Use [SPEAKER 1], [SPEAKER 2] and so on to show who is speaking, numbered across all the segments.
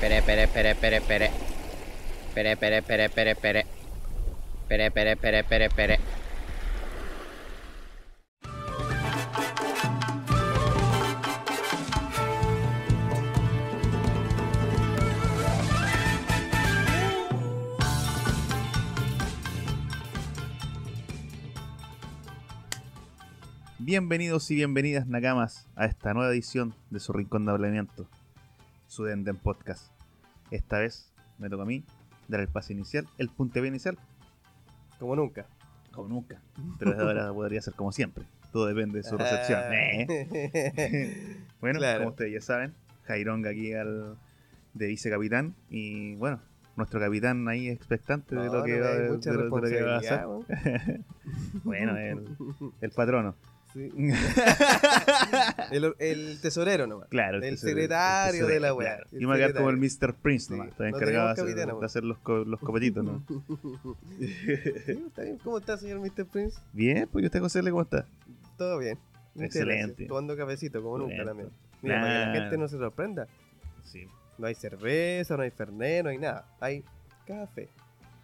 [SPEAKER 1] Pere, pere, pere, pere, pere. Pere, pere, pere, pere, pere. Pere, pere, pere, pere, pere.
[SPEAKER 2] Bienvenidos y bienvenidas, Nakamas, a esta nueva edición de su Rincón de Hablamiento, su Denden Podcast. Esta vez me toca a mí dar el pase inicial, el puntepié inicial,
[SPEAKER 3] Como nunca.
[SPEAKER 2] como nunca, pero desde ahora podría ser como siempre. Todo depende de su recepción. Eh. Bueno,
[SPEAKER 3] Ah, Claro.
[SPEAKER 2] como ustedes ya saben, Jaironga aquí al, de vicecapitán y bueno, nuestro capitán ahí expectante de lo que, va- de lo- de lo que va a hacer. Bueno, el, el patrono.
[SPEAKER 3] el, el tesorero nomás.
[SPEAKER 2] Claro,
[SPEAKER 3] El
[SPEAKER 2] tesorero-
[SPEAKER 3] secretario
[SPEAKER 2] tesorero,
[SPEAKER 3] de la weá,
[SPEAKER 2] claro.
[SPEAKER 3] el
[SPEAKER 2] Yo me voy a quedar como el Mr. Prince
[SPEAKER 3] Sí,
[SPEAKER 2] nomás. Está
[SPEAKER 3] no
[SPEAKER 2] encargado de hacer,
[SPEAKER 3] tenemos capitán,
[SPEAKER 2] de hacer los, co- los copetitos, ¿no?
[SPEAKER 3] Sí, está bien. ¿Cómo está, señor Mr. Prince?
[SPEAKER 2] Bien, pues yo usted conocerle cómo está.
[SPEAKER 3] Todo bien. Muchas
[SPEAKER 2] Excelente.
[SPEAKER 3] gracias. Tomando cafecito, como nunca
[SPEAKER 2] Excelente.
[SPEAKER 3] también. Mira, para que la
[SPEAKER 2] Claro.
[SPEAKER 3] gente no se sorprenda.
[SPEAKER 2] Sí,
[SPEAKER 3] No hay cerveza, no hay fernet, no hay nada. Hay café.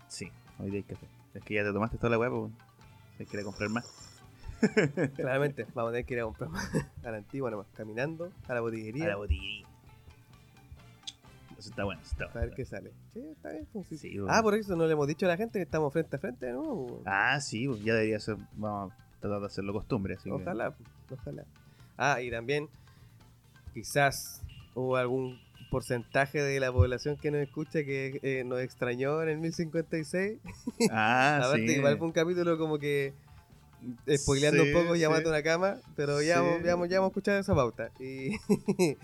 [SPEAKER 2] sí. Hoy día hay café. Es que ya te tomaste toda la weá, pues. Se quiere comprar más.
[SPEAKER 3] Claramente, vamos a tener que ir a comprar más. A la antigua nomás. Caminando a la botillería.
[SPEAKER 2] A la botillería. Eso está bueno, eso está
[SPEAKER 3] A ver
[SPEAKER 2] bueno.
[SPEAKER 3] qué sale. Sí, está bien. pues, sí.
[SPEAKER 2] Sí, bueno.
[SPEAKER 3] Ah, por eso no le hemos dicho a la gente que estamos frente a frente de nuevo. pues.
[SPEAKER 2] Ah, sí, pues, ya debería ser. Vamos a tratar de hacerlo costumbre. Así que-
[SPEAKER 3] ojalá, pues, ojalá. Ah, y también quizás hubo algún porcentaje de la población que nos escucha que eh, nos extrañó en el 1056.
[SPEAKER 2] Ah,
[SPEAKER 3] Aparte,
[SPEAKER 2] sí.
[SPEAKER 3] igual fue un capítulo como que eh, spoileando
[SPEAKER 2] Sí,
[SPEAKER 3] un poco, llamando
[SPEAKER 2] sí.
[SPEAKER 3] a una cama, pero ya,
[SPEAKER 2] Sí.
[SPEAKER 3] vamos- ya, vamos- ya hemos escuchado esa pauta. Y,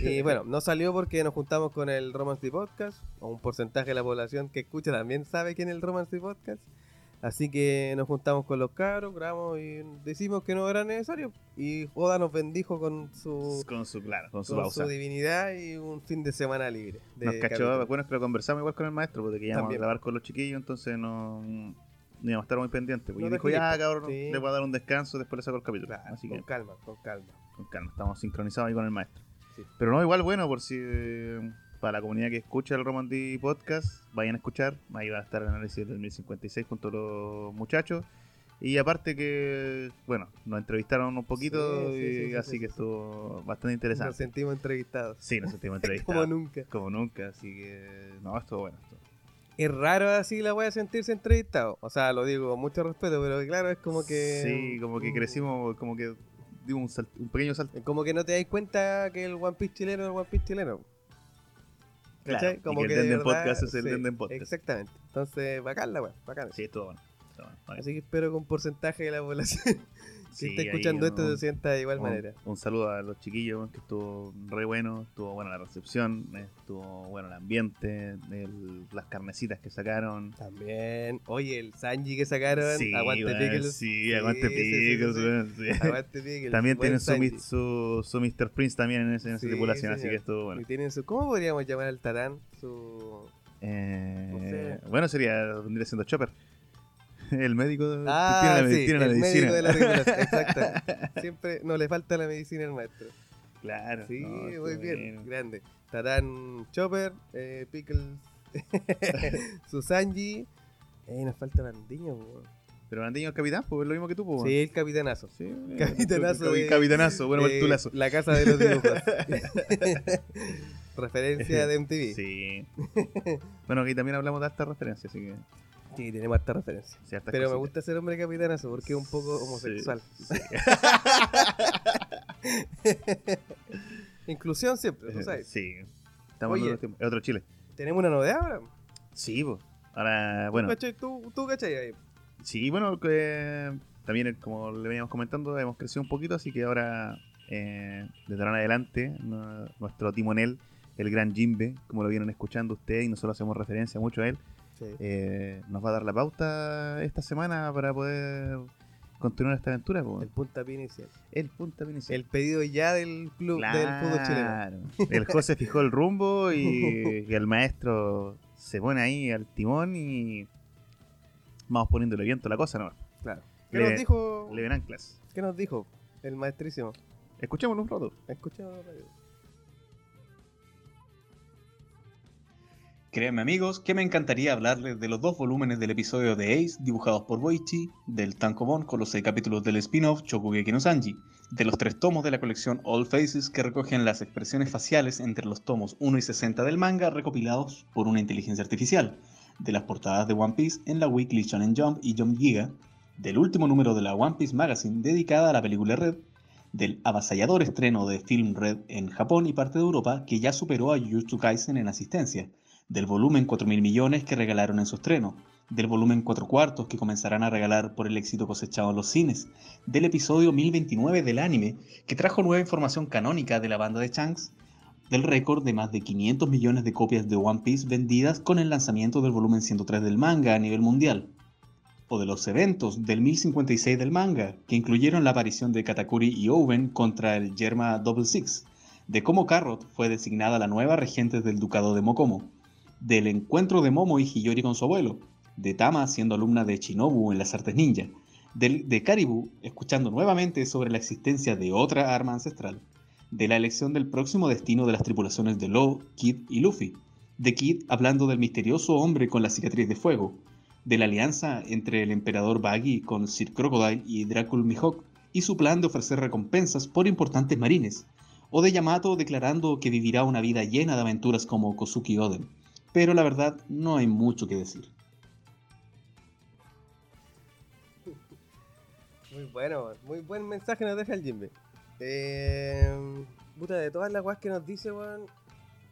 [SPEAKER 3] y bueno, no salió porque nos juntamos con el Romance Tea Podcast, o un porcentaje de la población que escucha también sabe quién es el Romance Tea Podcast. Así que nos juntamos con los cabros, grabamos y decimos que no era necesario. Y Joda nos bendijo con su,
[SPEAKER 2] Con su, claro, con su
[SPEAKER 3] con
[SPEAKER 2] pausa.
[SPEAKER 3] su divinidad y un fin de semana libre. de
[SPEAKER 2] Nos
[SPEAKER 3] capítulo.
[SPEAKER 2] cachó, bueno, es que lo conversamos igual con el maestro, porque íbamos a
[SPEAKER 3] También.
[SPEAKER 2] grabar con los chiquillos, entonces no, no íbamos a estar muy pendientes. Porque
[SPEAKER 3] No
[SPEAKER 2] yo dijo,
[SPEAKER 3] te
[SPEAKER 2] ya
[SPEAKER 3] flipas".
[SPEAKER 2] cabrón,
[SPEAKER 3] Sí.
[SPEAKER 2] le voy a dar un descanso, después le saco el capítulo.
[SPEAKER 3] Claro,
[SPEAKER 2] Así
[SPEAKER 3] con
[SPEAKER 2] que
[SPEAKER 3] calma, con calma.
[SPEAKER 2] con calma, estamos sincronizados ahí con el maestro.
[SPEAKER 3] Sí.
[SPEAKER 2] Pero no, igual bueno, por si eh, para la comunidad que escucha el Romandy Podcast, vayan a escuchar, ahí va a estar el análisis del 1056 junto a los muchachos. Y aparte que, bueno, nos entrevistaron un poquito,
[SPEAKER 3] Sí, sí,
[SPEAKER 2] y-
[SPEAKER 3] sí, sí,
[SPEAKER 2] así
[SPEAKER 3] sí,
[SPEAKER 2] que
[SPEAKER 3] sí.
[SPEAKER 2] estuvo bastante
[SPEAKER 3] Nos
[SPEAKER 2] interesante.
[SPEAKER 3] sentimos entrevistados.
[SPEAKER 2] Sí, nos sentimos
[SPEAKER 3] Como
[SPEAKER 2] entrevistados.
[SPEAKER 3] nunca.
[SPEAKER 2] como nunca, así que no, estuvo bueno. estuvo-
[SPEAKER 3] Es raro así la wea sentirse entrevistado. O sea, lo digo con mucho respeto, pero claro, es como que.
[SPEAKER 2] Sí, como que
[SPEAKER 3] Mm,
[SPEAKER 2] crecimos, como que dimos un, salt- un pequeño salto.
[SPEAKER 3] Como que no te das cuenta que el One Piece chileno es el One Piece chileno. ¿Cachai?
[SPEAKER 2] Claro, y que el
[SPEAKER 3] de
[SPEAKER 2] Denden
[SPEAKER 3] verdad-
[SPEAKER 2] Podcast es el
[SPEAKER 3] sí,
[SPEAKER 2] Denden Podcast.
[SPEAKER 3] Exactamente. Entonces, bacán la wea, bacán.
[SPEAKER 2] Sí, estuvo bueno. estuvo bueno, bacán.
[SPEAKER 3] Así que espero que un porcentaje de la población
[SPEAKER 2] Sí,
[SPEAKER 3] que esté
[SPEAKER 2] ahí
[SPEAKER 3] escuchando esto
[SPEAKER 2] un-
[SPEAKER 3] se sienta de igual
[SPEAKER 2] un-
[SPEAKER 3] manera.
[SPEAKER 2] Un saludo a los chiquillos, weón, que estuvo re bueno, estuvo buena la recepción, eh, estuvo bueno el ambiente, el- las carnecitas que sacaron.
[SPEAKER 3] También. Oye, el Sanji que sacaron. aguante
[SPEAKER 2] weón,
[SPEAKER 3] Pickles.
[SPEAKER 2] Sí, aguante
[SPEAKER 3] Sí, sí, sí,
[SPEAKER 2] Pickles,
[SPEAKER 3] sí.
[SPEAKER 2] weón, sí.
[SPEAKER 3] Aguante Pickles.
[SPEAKER 2] También
[SPEAKER 3] buen
[SPEAKER 2] tienen su,
[SPEAKER 3] Sanji.
[SPEAKER 2] mi- su, su Mr. Prince también en, ese- en esa
[SPEAKER 3] Sí,
[SPEAKER 2] tripulación, así
[SPEAKER 3] señor.
[SPEAKER 2] que estuvo bueno.
[SPEAKER 3] Y tienen su. ¿Cómo podríamos llamar al Tarán? Su.
[SPEAKER 2] Eh,
[SPEAKER 3] No sé.
[SPEAKER 2] Bueno, sería, vendría siendo Chopper. El médico de-
[SPEAKER 3] Ah,
[SPEAKER 2] tiene la,
[SPEAKER 3] sí,
[SPEAKER 2] tiene la
[SPEAKER 3] el
[SPEAKER 2] medicina.
[SPEAKER 3] médico de la regulación, exacto. Siempre no le falta la medicina al maestro.
[SPEAKER 2] Claro.
[SPEAKER 3] Sí,
[SPEAKER 2] no,
[SPEAKER 3] muy
[SPEAKER 2] estuvo
[SPEAKER 3] bien,
[SPEAKER 2] bueno.
[SPEAKER 3] grande. Tarán Chopper, eh, Pickles, Susanji. Eh, nos falta Bandiño, weón.
[SPEAKER 2] Pero Bandiño es capitán, pues es lo mismo que tú, pues.
[SPEAKER 3] Sí, el capitanazo.
[SPEAKER 2] Sí, eh,
[SPEAKER 3] Capitanazo
[SPEAKER 2] capi-
[SPEAKER 3] de-
[SPEAKER 2] capitanazo, bueno,
[SPEAKER 3] Eh,
[SPEAKER 2] el tulazo.
[SPEAKER 3] La casa de los dibujos. Referencia de MTV.
[SPEAKER 2] Sí.
[SPEAKER 3] Sí,
[SPEAKER 2] bueno, aquí también hablamos de esta referencia, así que.
[SPEAKER 3] tenemos harta referencia.
[SPEAKER 2] ciertas
[SPEAKER 3] Pero me
[SPEAKER 2] cositas.
[SPEAKER 3] gusta ser hombre capitanazo porque es un poco
[SPEAKER 2] Sí,
[SPEAKER 3] homosexual. Inclusión siempre, tú sabes.
[SPEAKER 2] Sí. Estamos
[SPEAKER 3] Oye.
[SPEAKER 2] en otro tiempo- en otro Chile.
[SPEAKER 3] Tenemos una novedad ahora.
[SPEAKER 2] Sí, pues. Ahora, bueno.
[SPEAKER 3] ¿Cachai? ¿Tú, tú cachai ahí?
[SPEAKER 2] Sí, bueno, que también eh, como le veníamos comentando, hemos crecido un poquito, así que ahora, eh, desde ahora en adelante, no- nuestro timonel, el gran Jimbe, como lo vieron escuchando ustedes, y nosotros hacemos referencia mucho a él,
[SPEAKER 3] Sí.
[SPEAKER 2] eh, nos va a dar la pauta esta semana para poder continuar esta aventura. po.
[SPEAKER 3] El puntapié inicial.
[SPEAKER 2] El punta inicial.
[SPEAKER 3] El pedido ya del club del fútbol chileno.
[SPEAKER 2] Claro. El José fijó el rumbo y, y el maestro se pone ahí al timón y vamos poniéndole viento a la cosa, ¿no?
[SPEAKER 3] Claro. ¿Qué
[SPEAKER 2] Le-
[SPEAKER 3] nos dijo?
[SPEAKER 2] Le verán clases.
[SPEAKER 3] ¿Qué nos dijo el maestrísimo?
[SPEAKER 2] Escuchémoslo un rato.
[SPEAKER 3] Escucha. radio.
[SPEAKER 4] Créanme amigos que me encantaría hablarles de los dos volúmenes del episodio de Ace dibujados por Boichi, del Tankobon con los seis capítulos del spin-off Shokugeki no Sanji, de los tres tomos de la colección All Faces que recogen las expresiones faciales entre los tomos 1 y 60 del manga recopilados por una inteligencia artificial, de las portadas de One Piece en la Weekly Shonen Jump y Jump Giga, del último número de la One Piece Magazine dedicada a la película Red, del avasallador estreno de Film Red en Japón y parte de Europa que ya superó a Jujutsu Kaisen en asistencia, del volumen 4.000 millones que regalaron en su estreno, del volumen 4 cuartos que comenzarán a regalar por el éxito cosechado en los cines, del episodio 1029 del anime que trajo nueva información canónica de la banda de Shanks, del récord de más de 500 millones de copias de One Piece vendidas con el lanzamiento del volumen 103 del manga a nivel mundial, o de los eventos del 1056 del manga, que incluyeron la aparición de Katakuri y Owen contra el Yerma Double Six, de cómo Carrot fue designada la nueva regente del Ducado de Mokomo, del encuentro de Momo y Hiyori con su abuelo, de Tama siendo alumna de Shinobu en las artes ninja, del, de Karibu escuchando nuevamente sobre la existencia de otra arma ancestral, de la elección del próximo destino de las tripulaciones de Law, Kid y Luffy, de Kid hablando del misterioso hombre con la cicatriz de fuego, de la alianza entre el emperador Baggy con Sir Crocodile y Drácul Mihawk y su plan de ofrecer recompensas por importantes marines, o de Yamato declarando que vivirá una vida llena de aventuras como Kosuki Oden. Pero la verdad, no hay mucho que decir.
[SPEAKER 3] Muy bueno, muy buen mensaje nos deja el Jimbe. Eh, puta, de todas las weas que nos dice, weón,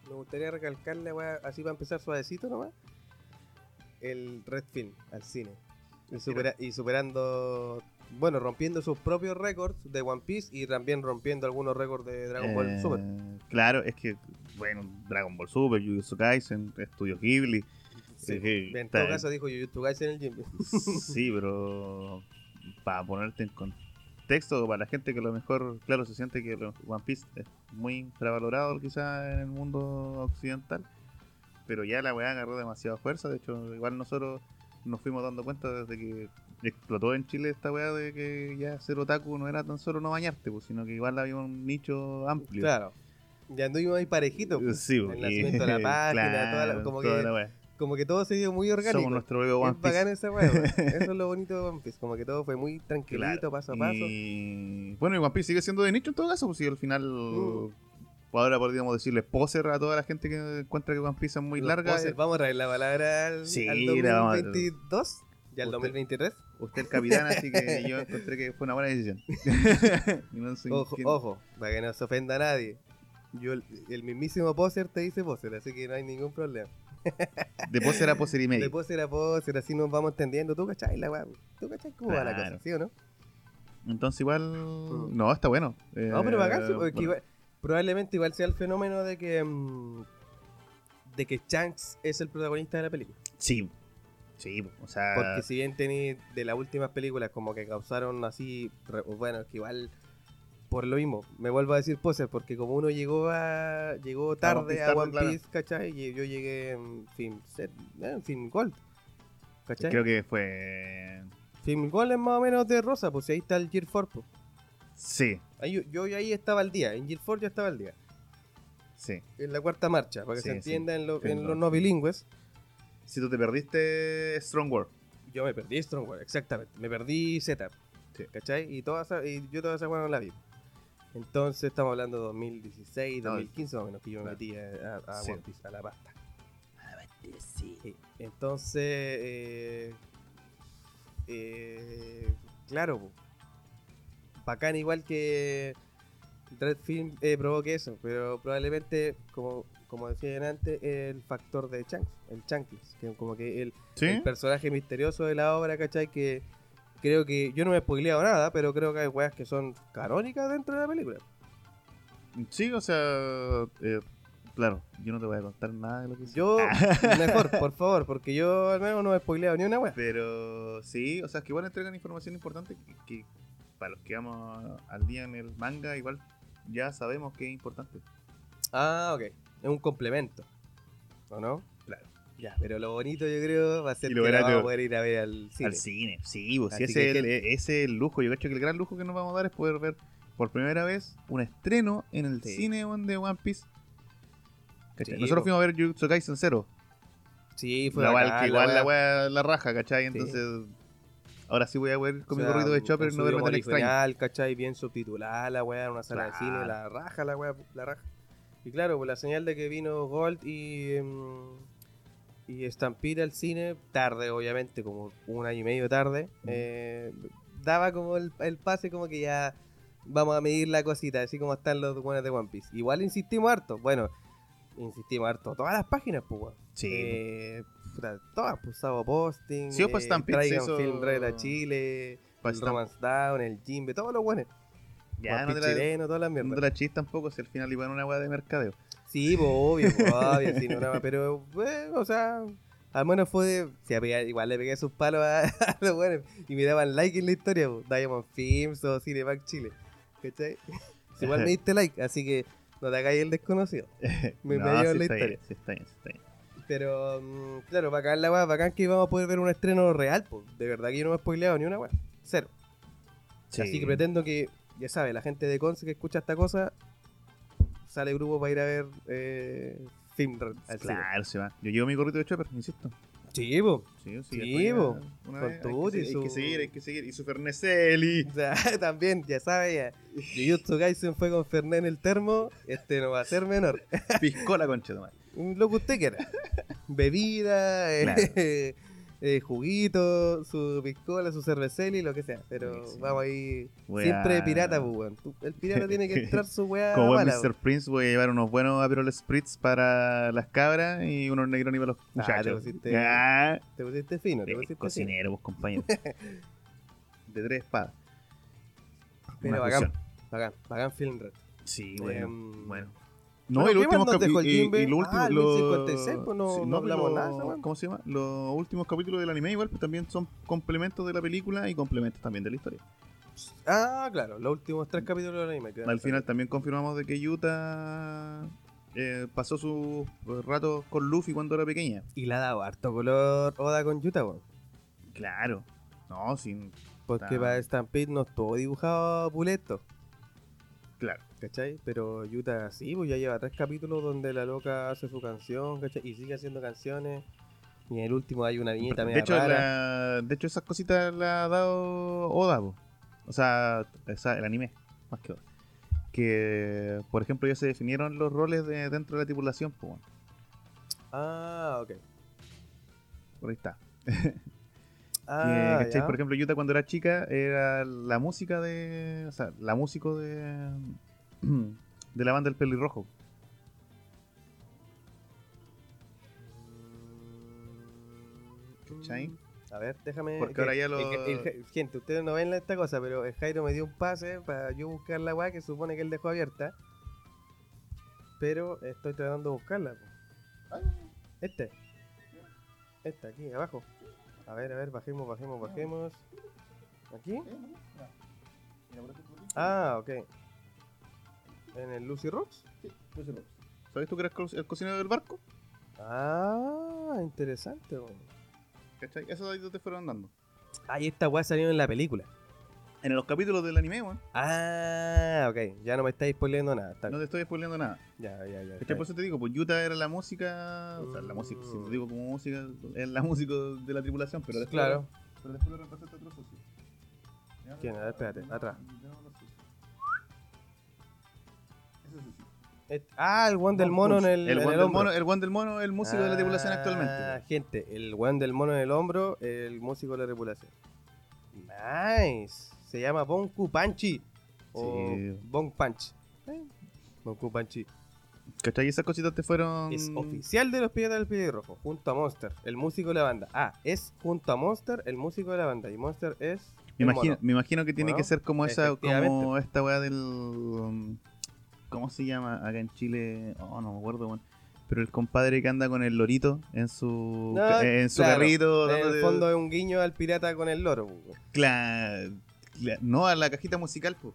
[SPEAKER 3] me gustaría recalcarle, weón, así para empezar suavecito nomás, el Red Film al cine. Y, supera- y superando, bueno, rompiendo sus propios récords de One Piece y también rompiendo algunos récords de Dragon Ball
[SPEAKER 2] Eh,
[SPEAKER 3] Super.
[SPEAKER 2] Claro, es que, bueno, Dragon Ball Super, Jujutsu Kaisen, Estudios Ghibli.
[SPEAKER 3] Sí,
[SPEAKER 2] eh,
[SPEAKER 3] en todo
[SPEAKER 2] está-
[SPEAKER 3] caso dijo Jujutsu Kaisen en el Jimbe.
[SPEAKER 2] Sí, pero para ponerte en contexto, para la gente que a lo mejor, claro, se siente que lo- One Piece es muy infravalorado quizás en el mundo occidental, pero ya la weá agarró demasiada fuerza, de hecho, igual nosotros nos fuimos dando cuenta desde que explotó en Chile esta weá de que ya ser otaku no era tan solo no bañarte, pues, sino que igual había un nicho amplio.
[SPEAKER 3] Claro. Ya anduvimos ahí parejito. pues.
[SPEAKER 2] Sí,
[SPEAKER 3] El
[SPEAKER 2] porque-
[SPEAKER 3] nacimiento de la página, toda la- como
[SPEAKER 2] toda
[SPEAKER 3] que-
[SPEAKER 2] la weá.
[SPEAKER 3] Como que todo se dio muy orgánico.
[SPEAKER 2] Somos nuestro bebé One
[SPEAKER 3] es
[SPEAKER 2] Piece.
[SPEAKER 3] bacán esa weá, weón. Eso es lo bonito de One Piece. Como que todo fue muy tranquilito,
[SPEAKER 2] Claro,
[SPEAKER 3] paso a paso.
[SPEAKER 2] Y... Bueno, y One Piece sigue siendo de nicho en todo caso, pues si al final. pues,
[SPEAKER 3] Mm.
[SPEAKER 2] Ahora podríamos decirle poser a toda la gente que encuentra que One Piece es muy
[SPEAKER 3] Los
[SPEAKER 2] larga. eh,
[SPEAKER 3] poses, vamos a traer la palabra al,
[SPEAKER 2] Sí,
[SPEAKER 3] al
[SPEAKER 2] la vamos a-
[SPEAKER 3] 2022 y al
[SPEAKER 2] Usted-
[SPEAKER 3] 2023.
[SPEAKER 2] Usted es capitán, así que yo encontré que fue una buena decisión. Y no sé
[SPEAKER 3] Ojo,
[SPEAKER 2] quién-
[SPEAKER 3] ojo, para que no se ofenda a nadie. Yo, el, el mismísimo poser te dice poser, así que no hay ningún problema.
[SPEAKER 2] De poser a poser y
[SPEAKER 3] De
[SPEAKER 2] medio.
[SPEAKER 3] poser a poser, así nos vamos entendiendo. ¿Tú cachai la weá? ¿Tú cachai cómo va la
[SPEAKER 2] Claro.
[SPEAKER 3] cosa? ¿Sí o no?
[SPEAKER 2] Entonces, igual. No, está bueno.
[SPEAKER 3] Mm. No, pero
[SPEAKER 2] Eh,
[SPEAKER 3] bacán, sí, porque
[SPEAKER 2] bueno.
[SPEAKER 3] igual- probablemente igual sea el fenómeno de que mm, de que Shanks es el protagonista de la película.
[SPEAKER 2] Sí. Sí, o sea.
[SPEAKER 3] Porque si bien tení de las últimas películas como que causaron así, re- bueno, es que igual por lo mismo, me vuelvo a decir poses, porque como uno llegó a llegó tarde
[SPEAKER 2] Piece,
[SPEAKER 3] a
[SPEAKER 2] tarde,
[SPEAKER 3] One
[SPEAKER 2] claro.
[SPEAKER 3] Piece, ¿cachai? Y yo llegué en Film Set, eh, en Film Gold. ¿Cachai?
[SPEAKER 2] Creo que fue.
[SPEAKER 3] Film Gold es más o menos de rosa, pues y ahí está el Gear 4. pues.
[SPEAKER 2] Sí,
[SPEAKER 3] Ahí yo- yo, ahí estaba al día, en Gear 4 yo estaba al día.
[SPEAKER 2] sí.
[SPEAKER 3] En la cuarta marcha, para que
[SPEAKER 2] Sí,
[SPEAKER 3] se
[SPEAKER 2] sí,
[SPEAKER 3] entienda en, lo-
[SPEAKER 2] Film
[SPEAKER 3] en los
[SPEAKER 2] Gold.
[SPEAKER 3] no bilingües.
[SPEAKER 2] Si tú te perdiste Strong World.
[SPEAKER 3] Yo me perdí Stronghold, exactamente. Me perdí Z.
[SPEAKER 2] Sí.
[SPEAKER 3] ¿Cachai? Y, toda esa- y yo toda esa weá no la vi. Entonces estamos hablando de 2016,
[SPEAKER 2] No,
[SPEAKER 3] 2015 más o menos, que yo me
[SPEAKER 2] claro.
[SPEAKER 3] metí a, a- a
[SPEAKER 2] Sí.
[SPEAKER 3] One Piece, a la pasta. Sí. Entonces, eh, eh, claro, po. bacán igual que Dread Film eh, provoque eso, pero probablemente, como, como decían antes, el factor de Shanks, el Chanclas, que como que el
[SPEAKER 2] Sí.
[SPEAKER 3] el personaje misterioso de la obra, ¿cachai? Que creo que. Yo no me he spoileado nada, pero creo que hay weas que son canónicas dentro de la película.
[SPEAKER 2] Sí, o sea, eh, claro, yo no te voy a contar nada de lo que hice.
[SPEAKER 3] Yo, mejor, por favor, porque yo al menos no me he spoileado ni una wea.
[SPEAKER 2] Pero sí, o sea, es que igual entregan información importante que, que para los que vamos al día en el manga, igual ya sabemos que es importante.
[SPEAKER 3] Ah, ok. Es un complemento. ¿O no?
[SPEAKER 2] Claro.
[SPEAKER 3] Ya, pero lo bonito yo creo va a ser
[SPEAKER 2] Y
[SPEAKER 3] que
[SPEAKER 2] lo
[SPEAKER 3] la vamos
[SPEAKER 2] grato.
[SPEAKER 3] a poder ir a ver al cine.
[SPEAKER 2] Al cine, sí, pues, si
[SPEAKER 3] Así
[SPEAKER 2] ese
[SPEAKER 3] que
[SPEAKER 2] es el, ese es el lujo. Yo cacho que el gran lujo que nos vamos a dar es poder ver por primera vez un estreno en el
[SPEAKER 3] Sí.
[SPEAKER 2] cine weón, de One Piece. ¿Cachai?
[SPEAKER 3] Sí,
[SPEAKER 2] Nosotros
[SPEAKER 3] pues.
[SPEAKER 2] fuimos a ver Jujutsu Kaisen 0
[SPEAKER 3] Sí, fue
[SPEAKER 2] La
[SPEAKER 3] bacán,
[SPEAKER 2] wea- que igual la
[SPEAKER 3] wea.
[SPEAKER 2] wea la raja, ¿cachai?
[SPEAKER 3] Sí.
[SPEAKER 2] Entonces, ahora sí voy a ver con
[SPEAKER 3] O
[SPEAKER 2] mi
[SPEAKER 3] sea,
[SPEAKER 2] gorrito de
[SPEAKER 3] con
[SPEAKER 2] chopper
[SPEAKER 3] su
[SPEAKER 2] no verme
[SPEAKER 3] idioma
[SPEAKER 2] tan extraño.
[SPEAKER 3] original, ¿cachai? Bien subtitulada la weá, en una sala de cine,
[SPEAKER 2] Claro.
[SPEAKER 3] la raja la weá, la raja. Y claro, pues la señal de que vino Gold y, em, y Stampede al cine, tarde obviamente, como un año y medio tarde, eh, daba como el, el pase como que ya vamos a medir la cosita, así como están los buenos de One Piece. Igual insistimos harto, bueno, insistimos harto, todas las páginas, pues weón.
[SPEAKER 2] Sí.
[SPEAKER 3] Eh, puta, todas, pues Sabo Posting,
[SPEAKER 2] Sí, pues, Stampede se
[SPEAKER 3] Traigan
[SPEAKER 2] hizo-
[SPEAKER 3] Film Red a Chile,
[SPEAKER 2] Pues,
[SPEAKER 3] el
[SPEAKER 2] tam-
[SPEAKER 3] Romance Down, el Jimbe, todos los buenos.
[SPEAKER 2] ya no
[SPEAKER 3] One
[SPEAKER 2] te
[SPEAKER 3] Piece
[SPEAKER 2] la,
[SPEAKER 3] chileno, todas las
[SPEAKER 2] no
[SPEAKER 3] mierdas.
[SPEAKER 2] te la chis tampoco si al final iban una weá de mercadeo.
[SPEAKER 3] Sí, pues, obvio, pues, obvio, sí, no, no, pero, bueno, o sea, al menos fue de. sí, a pegar- igual le pegué sus palos a, a los buenos y me daban like en la historia, pues, Diamond Films o Cinebank Chile. ¿Cachai? Igual me diste like, así que no te hagáis el desconocido. Me- me
[SPEAKER 2] no,
[SPEAKER 3] llevo
[SPEAKER 2] sí
[SPEAKER 3] la
[SPEAKER 2] está bien,
[SPEAKER 3] historia.
[SPEAKER 2] sí está bien, sí está bien.
[SPEAKER 3] Pero, mm, claro, bacán la weá, bacán que vamos a poder ver un estreno real, pues. De verdad que yo no me he spoileado ni una weá. Cero.
[SPEAKER 2] Sí.
[SPEAKER 3] Así que pretendo que, ya sabe, la gente de Conce que escucha esta cosa, sale grupo para ir a ver eh, film Red al cine.
[SPEAKER 2] Claro, se va. Yo llevo mi gorrito de chopper, insisto.
[SPEAKER 3] Sí, po.
[SPEAKER 2] Sí,
[SPEAKER 3] Sí,
[SPEAKER 2] después
[SPEAKER 3] bo.
[SPEAKER 2] ya, una
[SPEAKER 3] Con
[SPEAKER 2] vez,
[SPEAKER 3] todo
[SPEAKER 2] hay, que,
[SPEAKER 3] y
[SPEAKER 2] se- hay que
[SPEAKER 3] su-
[SPEAKER 2] seguir, hay que seguir. Y su Ferneseli.
[SPEAKER 3] O sea, también, ya sabe, ya. Jujutsu Kaisen fue con Fernet en el termo, este no va a ser menor.
[SPEAKER 2] Piscola, concha de madre.
[SPEAKER 3] Lo que usted quiera. Bebida, eh,
[SPEAKER 2] Claro.
[SPEAKER 3] eh, juguito, su piscola, su cerveceli, lo que sea. Pero
[SPEAKER 2] Buenísimo.
[SPEAKER 3] vamos ahí.
[SPEAKER 2] Weá.
[SPEAKER 3] Siempre de pirata, pues, weón. Tú- El pirata tiene que entrar su weá.
[SPEAKER 2] Como buen
[SPEAKER 3] Ah, mala,
[SPEAKER 2] Mr. Prince, voy a llevar unos buenos Aperol Spritz para las cabras y unos negronis para los
[SPEAKER 3] te
[SPEAKER 2] muchachos.
[SPEAKER 3] pusiste-
[SPEAKER 2] Ah,
[SPEAKER 3] Te pusiste fino, te
[SPEAKER 2] eh,
[SPEAKER 3] pusiste fino.
[SPEAKER 2] cocinero, vos, compañero. de tres espadas.
[SPEAKER 3] Pero
[SPEAKER 2] Una
[SPEAKER 3] bacán.
[SPEAKER 2] fusión.
[SPEAKER 3] Bacán, bacán Film Red.
[SPEAKER 2] Sí, bueno.
[SPEAKER 3] Em,
[SPEAKER 2] bueno.
[SPEAKER 3] Bueno,
[SPEAKER 2] No, el
[SPEAKER 3] ¿qué
[SPEAKER 2] último
[SPEAKER 3] más nos dejó
[SPEAKER 2] capítulo.
[SPEAKER 3] el
[SPEAKER 2] Y,
[SPEAKER 3] Jimbe?
[SPEAKER 2] y lo último.
[SPEAKER 3] Ah, el
[SPEAKER 2] lo-
[SPEAKER 3] 1056, pues, no- no
[SPEAKER 2] pero
[SPEAKER 3] hablamos
[SPEAKER 2] lo-
[SPEAKER 3] nada de esa weá.
[SPEAKER 2] ¿Cómo se llama? Los últimos capítulos del anime, igual, pues también son complementos de la película y complementos también de la historia.
[SPEAKER 3] Ah, claro, los últimos tres capítulos del anime. que van a
[SPEAKER 2] Al final
[SPEAKER 3] salir.
[SPEAKER 2] también confirmamos de que Yuta eh, pasó sus ratos con Luffy cuando era pequeña.
[SPEAKER 3] Y la ha dado harto color Oda con Yuta, weón.
[SPEAKER 2] Claro. No, sin.
[SPEAKER 3] Porque
[SPEAKER 2] Ah.
[SPEAKER 3] para Stampede no estuvo dibujado puleto,
[SPEAKER 2] Claro.
[SPEAKER 3] ¿cachai? Pero Yuta sí, pues ya lleva tres capítulos donde la loca hace su canción, ¿cachai? Y sigue haciendo canciones. Y en el último hay una niñita media
[SPEAKER 2] de, hecho,
[SPEAKER 3] rara.
[SPEAKER 2] la- de hecho, esas cositas las ha dado Oda, po. o sea, esa- el anime, más que Oda. Que, por ejemplo, ya se definieron los roles de, dentro de la tripulación, pues bueno,
[SPEAKER 3] Ah, ok.
[SPEAKER 2] por ahí está.
[SPEAKER 3] Ah,
[SPEAKER 2] Eh, ¿cachai?
[SPEAKER 3] ya.
[SPEAKER 2] Por ejemplo, Yuta cuando era chica era la música de. O sea, la músico de. de la banda El Pelirrojo. ¿Cachai?
[SPEAKER 3] A ver, déjame.
[SPEAKER 2] Porque
[SPEAKER 3] que-
[SPEAKER 2] ahora ya
[SPEAKER 3] el-
[SPEAKER 2] lo-
[SPEAKER 3] el- el- gente, ustedes no ven la- esta cosa, pero el Jairo me dio un pase para yo buscar la weá que supone que él dejó abierta. Pero estoy tratando de buscarla. po. Este. Esta, aquí, abajo. A ver, a ver, bajemos, bajemos, bajemos. ¿Aquí? Ah, ok. ¿En el Lucy Rocks?
[SPEAKER 2] ¿Sabes tú que eres co- el cocinero del barco?
[SPEAKER 3] Ah, interesante. weón.
[SPEAKER 2] ¿Cachai? Esos datos te fueron dando.
[SPEAKER 3] Ah, y esta weá salió en la película.
[SPEAKER 2] En los capítulos del anime, weón.
[SPEAKER 3] Ah, ok. Ya no me estáis spoileando nada. Está
[SPEAKER 2] No
[SPEAKER 3] bien.
[SPEAKER 2] te estoy spoileando nada.
[SPEAKER 3] Ya, ya, ya.
[SPEAKER 2] ¿Cachai?
[SPEAKER 3] está
[SPEAKER 2] Por eso te digo, pues Yuta era la música. O sea, la música, si te digo como música, es la música de la tripulación, pero
[SPEAKER 3] bien.
[SPEAKER 2] después,
[SPEAKER 3] Claro.
[SPEAKER 2] Pero después lo reemplazaste a otro socio.
[SPEAKER 3] ¿Quién? A ver, espérate, atrás.
[SPEAKER 2] Ese socio.
[SPEAKER 3] Et- ah, el one del
[SPEAKER 2] One
[SPEAKER 3] mono en
[SPEAKER 2] Punch.
[SPEAKER 3] el, en
[SPEAKER 2] One
[SPEAKER 3] el
[SPEAKER 2] del
[SPEAKER 3] hombro.
[SPEAKER 2] mono, el One del Mono es el músico de la tripulación
[SPEAKER 3] Ah,
[SPEAKER 2] actualmente.
[SPEAKER 3] gente, el one del mono en el hombro, el músico de la tripulación. Nice. Se llama Bonku Panchi. O
[SPEAKER 2] Sí.
[SPEAKER 3] Bon Punch. ¿Eh? Bonku Panchi.
[SPEAKER 2] ¿Cachai? Esas cositas te fueron.
[SPEAKER 3] Es oficial de los Piratas del Pelirrojo, junto a Monster, el músico de la banda. Ah, es junto a Monster, el músico de la banda. Y Monster es.
[SPEAKER 2] Me
[SPEAKER 3] el
[SPEAKER 2] imagino,
[SPEAKER 3] mono.
[SPEAKER 2] me imagino que tiene
[SPEAKER 3] Bueno,
[SPEAKER 2] que ser como esa, como
[SPEAKER 3] efectivamente.
[SPEAKER 2] esta weá del um, ¿cómo se llama? Acá en Chile, oh no me acuerdo weón. Pero el compadre que anda con el lorito en su
[SPEAKER 3] No,
[SPEAKER 2] ca- eh, en su
[SPEAKER 3] claro,
[SPEAKER 2] carrito,
[SPEAKER 3] En el
[SPEAKER 2] dándole-
[SPEAKER 3] fondo es un guiño al pirata con el loro. bu.
[SPEAKER 2] Cla- cla- no a la cajita musical, pues.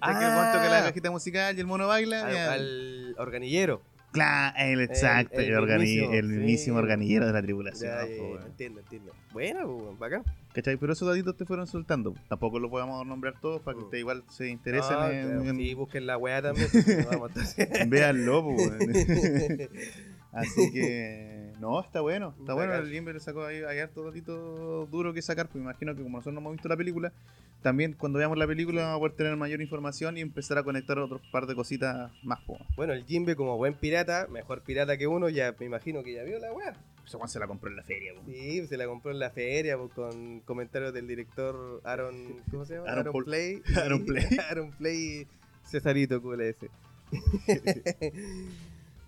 [SPEAKER 3] Ah.
[SPEAKER 2] que el weón toca la cajita musical y el mono baila. Ah,
[SPEAKER 3] Al,
[SPEAKER 2] ya.
[SPEAKER 3] al organillero.
[SPEAKER 2] Cla- el exacto, el,
[SPEAKER 3] el
[SPEAKER 2] organi-
[SPEAKER 3] mismísimo,
[SPEAKER 2] el
[SPEAKER 3] sí.
[SPEAKER 2] mismísimo organillero de la tribulación.
[SPEAKER 3] Ya, ya,
[SPEAKER 2] po,
[SPEAKER 3] ya,
[SPEAKER 2] weón.
[SPEAKER 3] entiendo, entiendo. Bueno, bu, bacán.
[SPEAKER 2] ¿Cachai? Pero esos daditos te fueron soltando. Tampoco los podemos nombrar todos para que
[SPEAKER 3] Mm.
[SPEAKER 2] ustedes igual se interesen
[SPEAKER 3] No,
[SPEAKER 2] en,
[SPEAKER 3] Ah, claro,
[SPEAKER 2] en-
[SPEAKER 3] Sí, busquen la weá también. porque no vamos a estar-
[SPEAKER 2] Véanlo, po, weón. Así que, No, está bueno, está
[SPEAKER 3] Bacán.
[SPEAKER 2] bueno. El Jimbe le sacó ahí, hay harto ratito duro que sacar, pues imagino que como nosotros no hemos visto la película, también cuando veamos la película vamos a poder tener mayor información y empezar a conectar otros par de cositas más. po.
[SPEAKER 3] Bueno, el Jimbe como buen pirata, mejor pirata que uno, ya me imagino que ya vio la weá.
[SPEAKER 2] Esa Juan se la compró en la feria, po.
[SPEAKER 3] Sí, pues, se la compró en la feria pues, con comentarios del director Aaron. ¿Cómo se llama?
[SPEAKER 2] Aaron Paul-
[SPEAKER 3] Play.
[SPEAKER 2] Aaron Play.
[SPEAKER 3] Aaron Play y Cesarito QLS.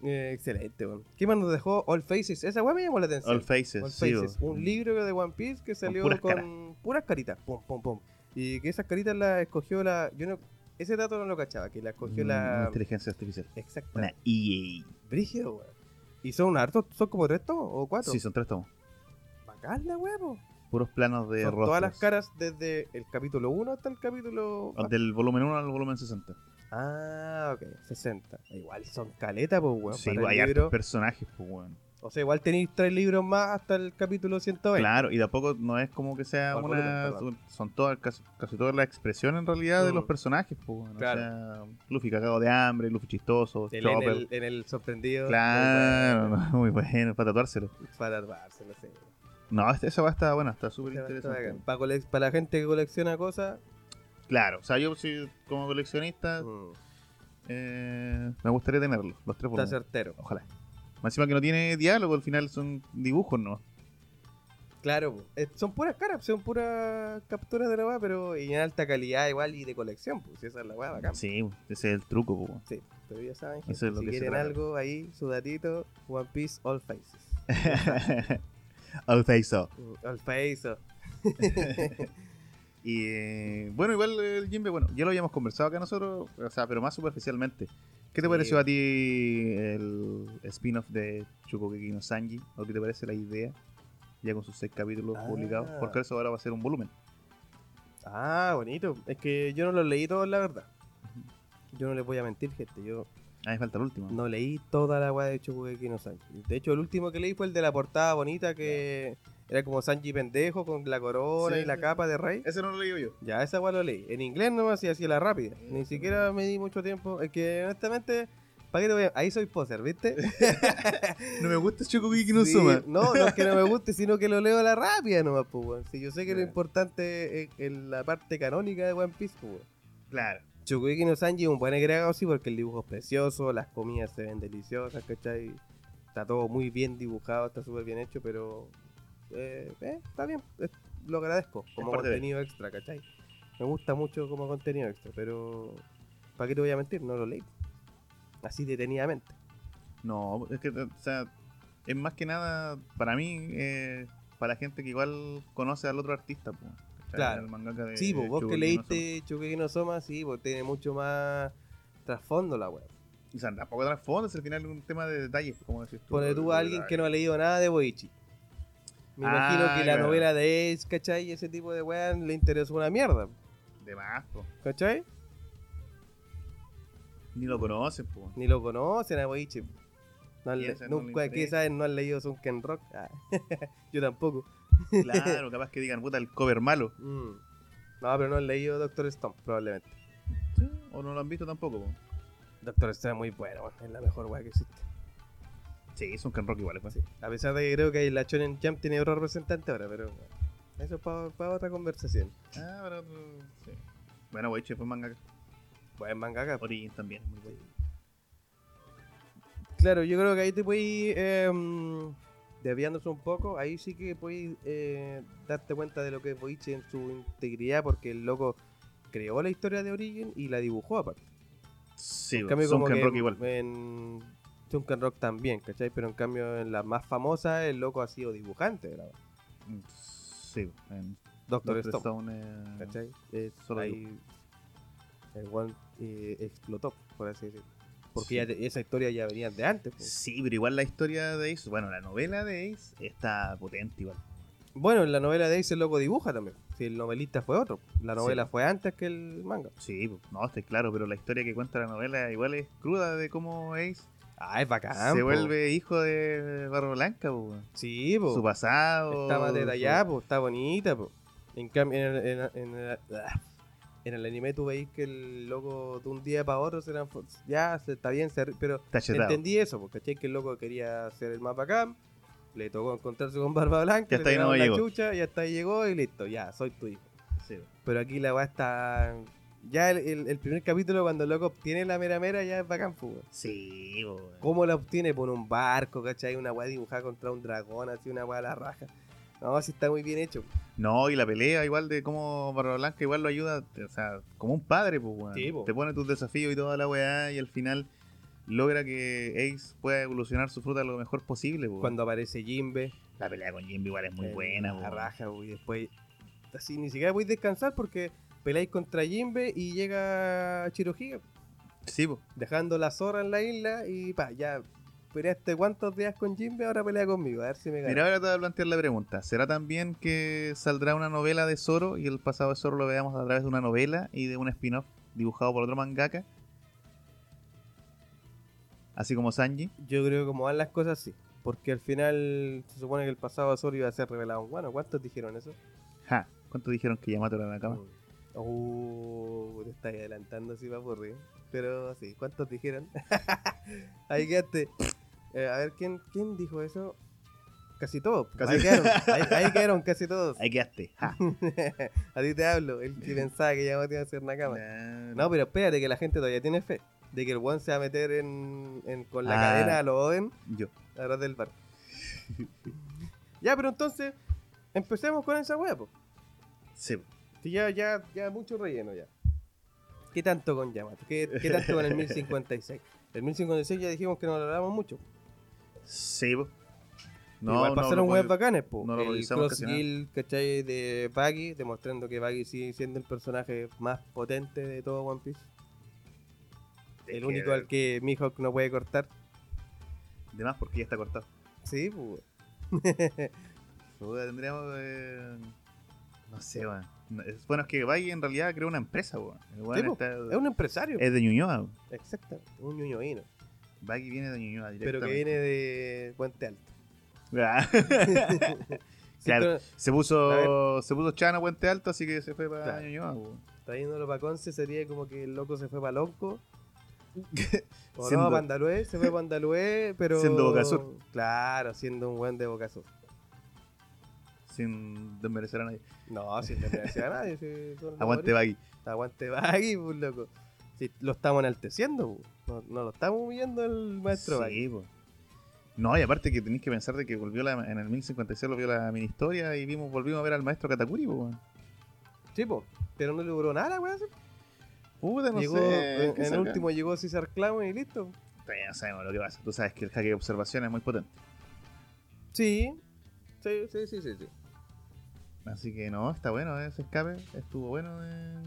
[SPEAKER 3] Eh, excelente, weón. ¿Qué más nos dejó All Faces? Esa weá me llamó la atención.
[SPEAKER 2] All Faces,
[SPEAKER 3] All
[SPEAKER 2] sí,
[SPEAKER 3] Faces,
[SPEAKER 2] po.
[SPEAKER 3] un libro de One Piece que salió con
[SPEAKER 2] puras
[SPEAKER 3] puras,
[SPEAKER 2] caras.
[SPEAKER 3] caritas, pum, pum, pum. Y que esas caritas las escogió la. Yo no, ese dato no lo cachaba, que las escogió
[SPEAKER 2] Mm, Una
[SPEAKER 3] la. Ah.
[SPEAKER 2] inteligencia artificial.
[SPEAKER 3] Exacta.
[SPEAKER 2] Una E EA.
[SPEAKER 3] Brígido, weón. ¿Y son hartos? ¿Son como tres tomos o cuatro?
[SPEAKER 2] Sí, son tres tomos.
[SPEAKER 3] Bacán la weá, po.
[SPEAKER 2] Puros planos de
[SPEAKER 3] Son
[SPEAKER 2] rostros.
[SPEAKER 3] todas las caras desde el capítulo 1 hasta el capítulo.
[SPEAKER 2] Del volumen 1 al volumen 60.
[SPEAKER 3] Ah, ok, 60. Igual son caletas, pues, weón.
[SPEAKER 2] sí,
[SPEAKER 3] para
[SPEAKER 2] hay
[SPEAKER 3] el
[SPEAKER 2] hartos
[SPEAKER 3] libro.
[SPEAKER 2] personajes, pues, weón.
[SPEAKER 3] O sea, igual tenéis tres libros más hasta el capítulo 120.
[SPEAKER 2] Claro, y tampoco no es como que sea
[SPEAKER 3] Al
[SPEAKER 2] una.
[SPEAKER 3] volumen,
[SPEAKER 2] Son todas, casi, casi todas las expresiones en realidad de
[SPEAKER 3] Mm.
[SPEAKER 2] los personajes. Pues, bueno,
[SPEAKER 3] Claro.
[SPEAKER 2] O sea, Luffy cagado de hambre, Luffy chistoso,
[SPEAKER 3] El- en,
[SPEAKER 2] Chopper.
[SPEAKER 3] el, en el sorprendido.
[SPEAKER 2] Claro, muy bueno, para tatuárselo.
[SPEAKER 3] Para armarse, no sé.
[SPEAKER 2] No, este- esa va a estar buena, está súper
[SPEAKER 3] Está
[SPEAKER 2] interesante.
[SPEAKER 3] bacán. Pa' colec- Para, la gente que colecciona cosas.
[SPEAKER 2] Claro, o sea, yo si, como coleccionista
[SPEAKER 3] mm,
[SPEAKER 2] eh, me gustaría tenerlo, los tres
[SPEAKER 3] está
[SPEAKER 2] volúmenes.
[SPEAKER 3] certero.
[SPEAKER 2] Ojalá. Más encima que no tiene diálogo, al final son dibujos, ¿no?
[SPEAKER 3] Claro, po. Eh, son puras caras, son puras capturas de la weá, pero y en alta calidad igual y de colección, pues esa es la weá bacán.
[SPEAKER 2] Sí, ese es el truco, pues.
[SPEAKER 3] Sí, pero ya saben,
[SPEAKER 2] Eso es
[SPEAKER 3] gente,
[SPEAKER 2] lo
[SPEAKER 3] si
[SPEAKER 2] que se
[SPEAKER 3] quieren
[SPEAKER 2] trata.
[SPEAKER 3] algo ahí, su datito, One Piece, All Faces.
[SPEAKER 2] All face off.
[SPEAKER 3] Mm, All Faces.
[SPEAKER 2] Y eh, bueno, igual el Jimbe, bueno, ya lo habíamos conversado acá nosotros, o sea, pero más superficialmente. ¿Qué te
[SPEAKER 3] Sí.
[SPEAKER 2] pareció a ti el spin-off de Shukugeki no Sanji? ¿O qué te parece la idea? Ya con sus seis capítulos
[SPEAKER 3] Ah.
[SPEAKER 2] publicados, porque eso ahora va a ser un volumen.
[SPEAKER 3] Ah, bonito. Es que yo no los leí todos, la verdad. Yo no les voy a mentir, gente. Yo
[SPEAKER 2] A mí falta el último.
[SPEAKER 3] no leí toda la weá de Shokugeki no Sanji. De hecho, el último que leí fue el de la portada bonita que era como Sanji pendejo con la corona
[SPEAKER 2] Sí,
[SPEAKER 3] y la
[SPEAKER 2] sí.
[SPEAKER 3] capa de rey.
[SPEAKER 2] Ese no lo leí yo.
[SPEAKER 3] Ya, esa weá lo leí. En inglés nomás y así a la rápida. Ni siquiera me di mucho tiempo. Es que honestamente, ¿para qué te voy a- Ahí soy poser, ¿viste?
[SPEAKER 2] No me gusta Shukugeki no
[SPEAKER 3] Sí,
[SPEAKER 2] Soma.
[SPEAKER 3] No, no es que no me guste, sino que lo leo a la rápida nomás, pues, weón. Si yo sé que lo
[SPEAKER 2] Ya.
[SPEAKER 3] importante es en la parte canónica de One Piece, pues, weón.
[SPEAKER 2] Claro.
[SPEAKER 3] Shokugeki no Sanji es un buen agregado, sí, porque el dibujo es precioso, las comidas se ven deliciosas, ¿cachai? Está todo muy bien dibujado, está súper bien hecho, pero. eh, eh, está bien, es- lo agradezco como
[SPEAKER 2] parte de-
[SPEAKER 3] contenido extra, ¿cachai? Me gusta mucho como contenido extra, pero. ¿Para qué te voy a mentir? No lo leí. Así detenidamente.
[SPEAKER 2] No, es que, o sea, es más que nada para mí, eh, para la gente que igual conoce al otro artista, pues. ¿cachai?
[SPEAKER 3] Claro.
[SPEAKER 2] Al mangaka de
[SPEAKER 3] Sí, pues, vos que
[SPEAKER 2] Shokugeki no Soma.
[SPEAKER 3] leíste Shokugeki no Soma, sí, pues tiene mucho más trasfondo la web.
[SPEAKER 2] O sea, tampoco trasfondo, es al final un tema de detalles, pues, como decís tú.
[SPEAKER 3] Pone tú a alguien que no ha leído nada de Boichi. Me imagino
[SPEAKER 2] Ah,
[SPEAKER 3] que la
[SPEAKER 2] claro.
[SPEAKER 3] novela de Ace, ¿cachai? Ese tipo de weón le interesó una mierda,
[SPEAKER 2] De más, po.
[SPEAKER 3] ¿cachai?
[SPEAKER 2] Ni lo conocen, pues, po.
[SPEAKER 3] Ni lo conocen a Boichi. No han
[SPEAKER 2] Y
[SPEAKER 3] le-
[SPEAKER 2] ese no le
[SPEAKER 3] nunca, ¿qué
[SPEAKER 2] interesa.
[SPEAKER 3] saben? No han leído Sunken Rock. Ah, yo tampoco.
[SPEAKER 2] Claro, capaz que digan, puta, el cover malo.
[SPEAKER 3] Mm. No, pero no han leído Doctor Stone, probablemente.
[SPEAKER 2] O no lo han visto tampoco, pues. po.
[SPEAKER 3] Doctor Stone es muy bueno, weón, es la mejor weá que existe.
[SPEAKER 2] Sí, es un Ken Rock igual, pues.
[SPEAKER 3] Sí, A pesar de que creo que la Shonen Jump tiene otro representante ahora, pero bueno, eso es para otra conversación.
[SPEAKER 2] Ah, pero. Sí. Bueno, Boichi fue manga
[SPEAKER 3] Buen mangaka.
[SPEAKER 2] Origin también, muy bueno.
[SPEAKER 3] Claro, yo creo que ahí te puedes eh, desviándose un poco, ahí sí que puedes eh, darte cuenta de lo que es Boichi en su integridad, porque el loco creó la historia de Origin y la dibujó aparte.
[SPEAKER 2] Sí,
[SPEAKER 3] En
[SPEAKER 2] po,
[SPEAKER 3] cambio,
[SPEAKER 2] son
[SPEAKER 3] como
[SPEAKER 2] Ken
[SPEAKER 3] que
[SPEAKER 2] Rock igual.
[SPEAKER 3] en Sunken Rock también, ¿cachai? Pero en cambio en las más famosas el loco ha sido dibujante, ¿verdad?
[SPEAKER 2] Mm, Sí, po, en
[SPEAKER 3] Doctor,
[SPEAKER 2] Doctor
[SPEAKER 3] Stone.
[SPEAKER 2] Stone. eh,
[SPEAKER 3] ¿Cachai? Eh,
[SPEAKER 2] Solo
[SPEAKER 3] ahí el one explotó, por así decirlo. Porque ya te- esa historia ya venía de antes. pues. po.
[SPEAKER 2] Sí, pero igual la historia de Ace, bueno, la novela de Ace está potente igual.
[SPEAKER 3] Bueno, en la novela de Ace el loco dibuja también. Si el novelista fue otro. La
[SPEAKER 2] Sí.
[SPEAKER 3] novela fue antes que el manga.
[SPEAKER 2] Sí, po, no, está claro, pero la historia que cuenta la novela igual es cruda de cómo Ace
[SPEAKER 3] Ah, es bacán.
[SPEAKER 2] se
[SPEAKER 3] po.
[SPEAKER 2] vuelve hijo de Barro Blanca, po, weón.
[SPEAKER 3] Sí, po.
[SPEAKER 2] su pasado.
[SPEAKER 3] Está más
[SPEAKER 2] su-
[SPEAKER 3] detallada, po, está bonita. po. En cambio, en el, en el- en el- ah, en el anime tú veis que el loco de un día para otro se transform- Ya, se- está bien, se- pero
[SPEAKER 2] Está chetado.
[SPEAKER 3] entendí eso, porque ¿cachai? Que el loco quería ser el más bacán. Le tocó encontrarse con Barba Blanca,
[SPEAKER 2] Y
[SPEAKER 3] le
[SPEAKER 2] hasta ahí
[SPEAKER 3] pegaron
[SPEAKER 2] no
[SPEAKER 3] la
[SPEAKER 2] llegó.
[SPEAKER 3] chucha, y hasta ahí llegó y listo, ya, soy tu hijo.
[SPEAKER 2] Sí.
[SPEAKER 3] Pero aquí la weá está. Ya el, el- el primer capítulo, cuando el loco obtiene la mera mera, ya es bacán, pues, weón.
[SPEAKER 2] Sí, po, weón.
[SPEAKER 3] ¿Cómo la obtiene? Por un barco, ¿cachai? Una weá dibujada contra un dragón, así una weá a la raja. No, sí está muy bien hecho.
[SPEAKER 2] No, y la pelea igual de cómo Barba Blanca igual lo ayuda, te- o sea, como un padre, pues, weón.
[SPEAKER 3] Sí, po.
[SPEAKER 2] Te pone tus desafíos y toda la weá y al final logra que Ace pueda evolucionar su fruta lo mejor posible, pues.
[SPEAKER 3] Cuando aparece Jimbe.
[SPEAKER 2] La pelea con Jimmy igual es muy
[SPEAKER 3] eh,
[SPEAKER 2] buena, pues,
[SPEAKER 3] La
[SPEAKER 2] weón.
[SPEAKER 3] raja, güey. Después, así ni siquiera podéis descansar porque peleáis contra Jimbe y llega Chirojiga,
[SPEAKER 2] Sí, po.
[SPEAKER 3] dejando la zorra en la isla y pa, ya peleaste cuántos días con Jimbe, ahora pelea conmigo, a ver si me gana.
[SPEAKER 2] Mira, ahora te voy a plantear la pregunta. ¿Será también que saldrá una novela de Zoro y el pasado de Zoro lo veamos a través de una novela y de un spin-off dibujado por otro mangaka? Así como Sanji.
[SPEAKER 3] Yo creo que como van las cosas, sí. Porque al final se supone que el pasado de Zoro iba a ser revelado. Bueno, ¿cuántos dijeron eso?
[SPEAKER 2] Ja, ¿cuánto dijeron que Yamato era la cama?
[SPEAKER 3] Uh, te estás adelantando así va aburrir. Pero sí, ¿cuántos dijeron? Ahí quedaste. Eh, a ver, ¿quién, ¿quién dijo eso? Casi todos. pues.
[SPEAKER 2] Casi-
[SPEAKER 3] Ahí, quedaron, ahí, ahí quedaron casi todos.
[SPEAKER 2] Ahí quedaste. Ja.
[SPEAKER 3] a ti te hablo, el que pensaba que ya no te iba a hacer una cama. No, pero espérate que la gente todavía tiene fe. De que el one se va a meter en, en- con la
[SPEAKER 2] Ah.
[SPEAKER 3] cadena a los Oden
[SPEAKER 2] Yo.
[SPEAKER 3] atrás del bar. ya, pero entonces, empecemos con esa hueá, po.
[SPEAKER 2] Sí. po.
[SPEAKER 3] Sí, ya, ya, ya mucho relleno ya. ¿Qué tanto con Yamato? ¿Qué, qué tanto con el 1056? El 1056 ya dijimos que no lo hablábamos mucho.
[SPEAKER 2] Sí, po.
[SPEAKER 3] Igual
[SPEAKER 2] lo
[SPEAKER 3] pasaron
[SPEAKER 2] puedo-
[SPEAKER 3] weas bacanes, po.
[SPEAKER 2] no lo
[SPEAKER 3] el
[SPEAKER 2] revisamos
[SPEAKER 3] cross
[SPEAKER 2] casi nada.
[SPEAKER 3] guild, ¿cachai? De Baggy, demostrando que Baggy sigue siendo el personaje más potente de todo One Piece. El
[SPEAKER 2] que-
[SPEAKER 3] único al que Mihawk no puede cortar.
[SPEAKER 2] De más porque ya está cortado.
[SPEAKER 3] Sí, pues.
[SPEAKER 2] Puta, tendríamos. eh, No sé, weón. No, es- Bueno, es que Baggy en realidad creó una empresa, weón. El weón
[SPEAKER 3] po.
[SPEAKER 2] está-
[SPEAKER 3] Es un empresario.
[SPEAKER 2] es de Ñuñoa. weón.
[SPEAKER 3] Exacto. Un ñoñoíno.
[SPEAKER 2] Baggy viene de Ñuñoa
[SPEAKER 3] Pero que viene de Puente Alto.
[SPEAKER 2] viene.
[SPEAKER 3] Sí,
[SPEAKER 2] Claro.
[SPEAKER 3] pero-
[SPEAKER 2] se puso. Se puso Chana Puente Alto, así que se fue para
[SPEAKER 3] Claro.
[SPEAKER 2] Ñuñoa, weón.
[SPEAKER 3] trayéndolo para Conce sería como que el loco se fue para Lonco. o
[SPEAKER 2] Siendo-
[SPEAKER 3] no, Pandalué, se fue a Pandalué, pero.
[SPEAKER 2] Siendo Boca Sur.
[SPEAKER 3] Claro, siendo un buen de Boca Sur.
[SPEAKER 2] Sin desmerecer a nadie.
[SPEAKER 3] No, sin desmerecer a nadie. si son los
[SPEAKER 2] Aguante
[SPEAKER 3] favoritos.
[SPEAKER 2] Baggy.
[SPEAKER 3] Aguante Baggy, pues loco. Si lo estamos enalteciendo, pues. no, no lo estamos humillando el maestro Baggy.
[SPEAKER 2] Sí, po. No, y aparte que tenéis que pensar de que volvió la, en el 1056 volvió la mini historia y vimos, volvimos a ver al maestro Katakuri, po, weón.
[SPEAKER 3] Sí, po, pero no le duró nada, weón.
[SPEAKER 2] Puta, no
[SPEAKER 3] llegó,
[SPEAKER 2] sé.
[SPEAKER 3] en, en el último llegó César Clown y listo.
[SPEAKER 2] Ya sabemos lo que pasa. Tú sabes que el hack de observación es muy potente.
[SPEAKER 3] Sí, sí, sí, sí, sí. sí.
[SPEAKER 2] Así que no, está bueno ese escape. Estuvo bueno de...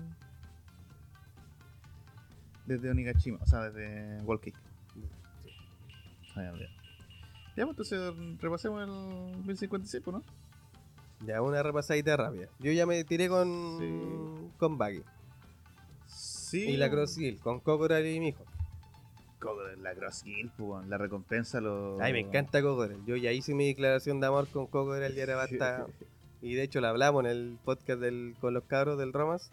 [SPEAKER 2] desde Onigashima, o sea, desde Wall Kick. Ah, ya, bien. Ya, pues entonces repasemos el 1056, pues, ¿no?
[SPEAKER 3] Ya, una repasadita rápida. Yo ya me tiré con,
[SPEAKER 2] Sí.
[SPEAKER 3] con Baggy.
[SPEAKER 2] Sí.
[SPEAKER 3] Y la Cross Guild, con Cocoral y mi hijo.
[SPEAKER 2] Cobra- La Cross Guild, pues, weón, la recompensa. Los...
[SPEAKER 3] Ay, me encanta Cocoral. Yo ya hice mi declaración de amor con Cocoral y ahora basta. y de hecho la hablamos en el podcast del, con los cabros del Romas.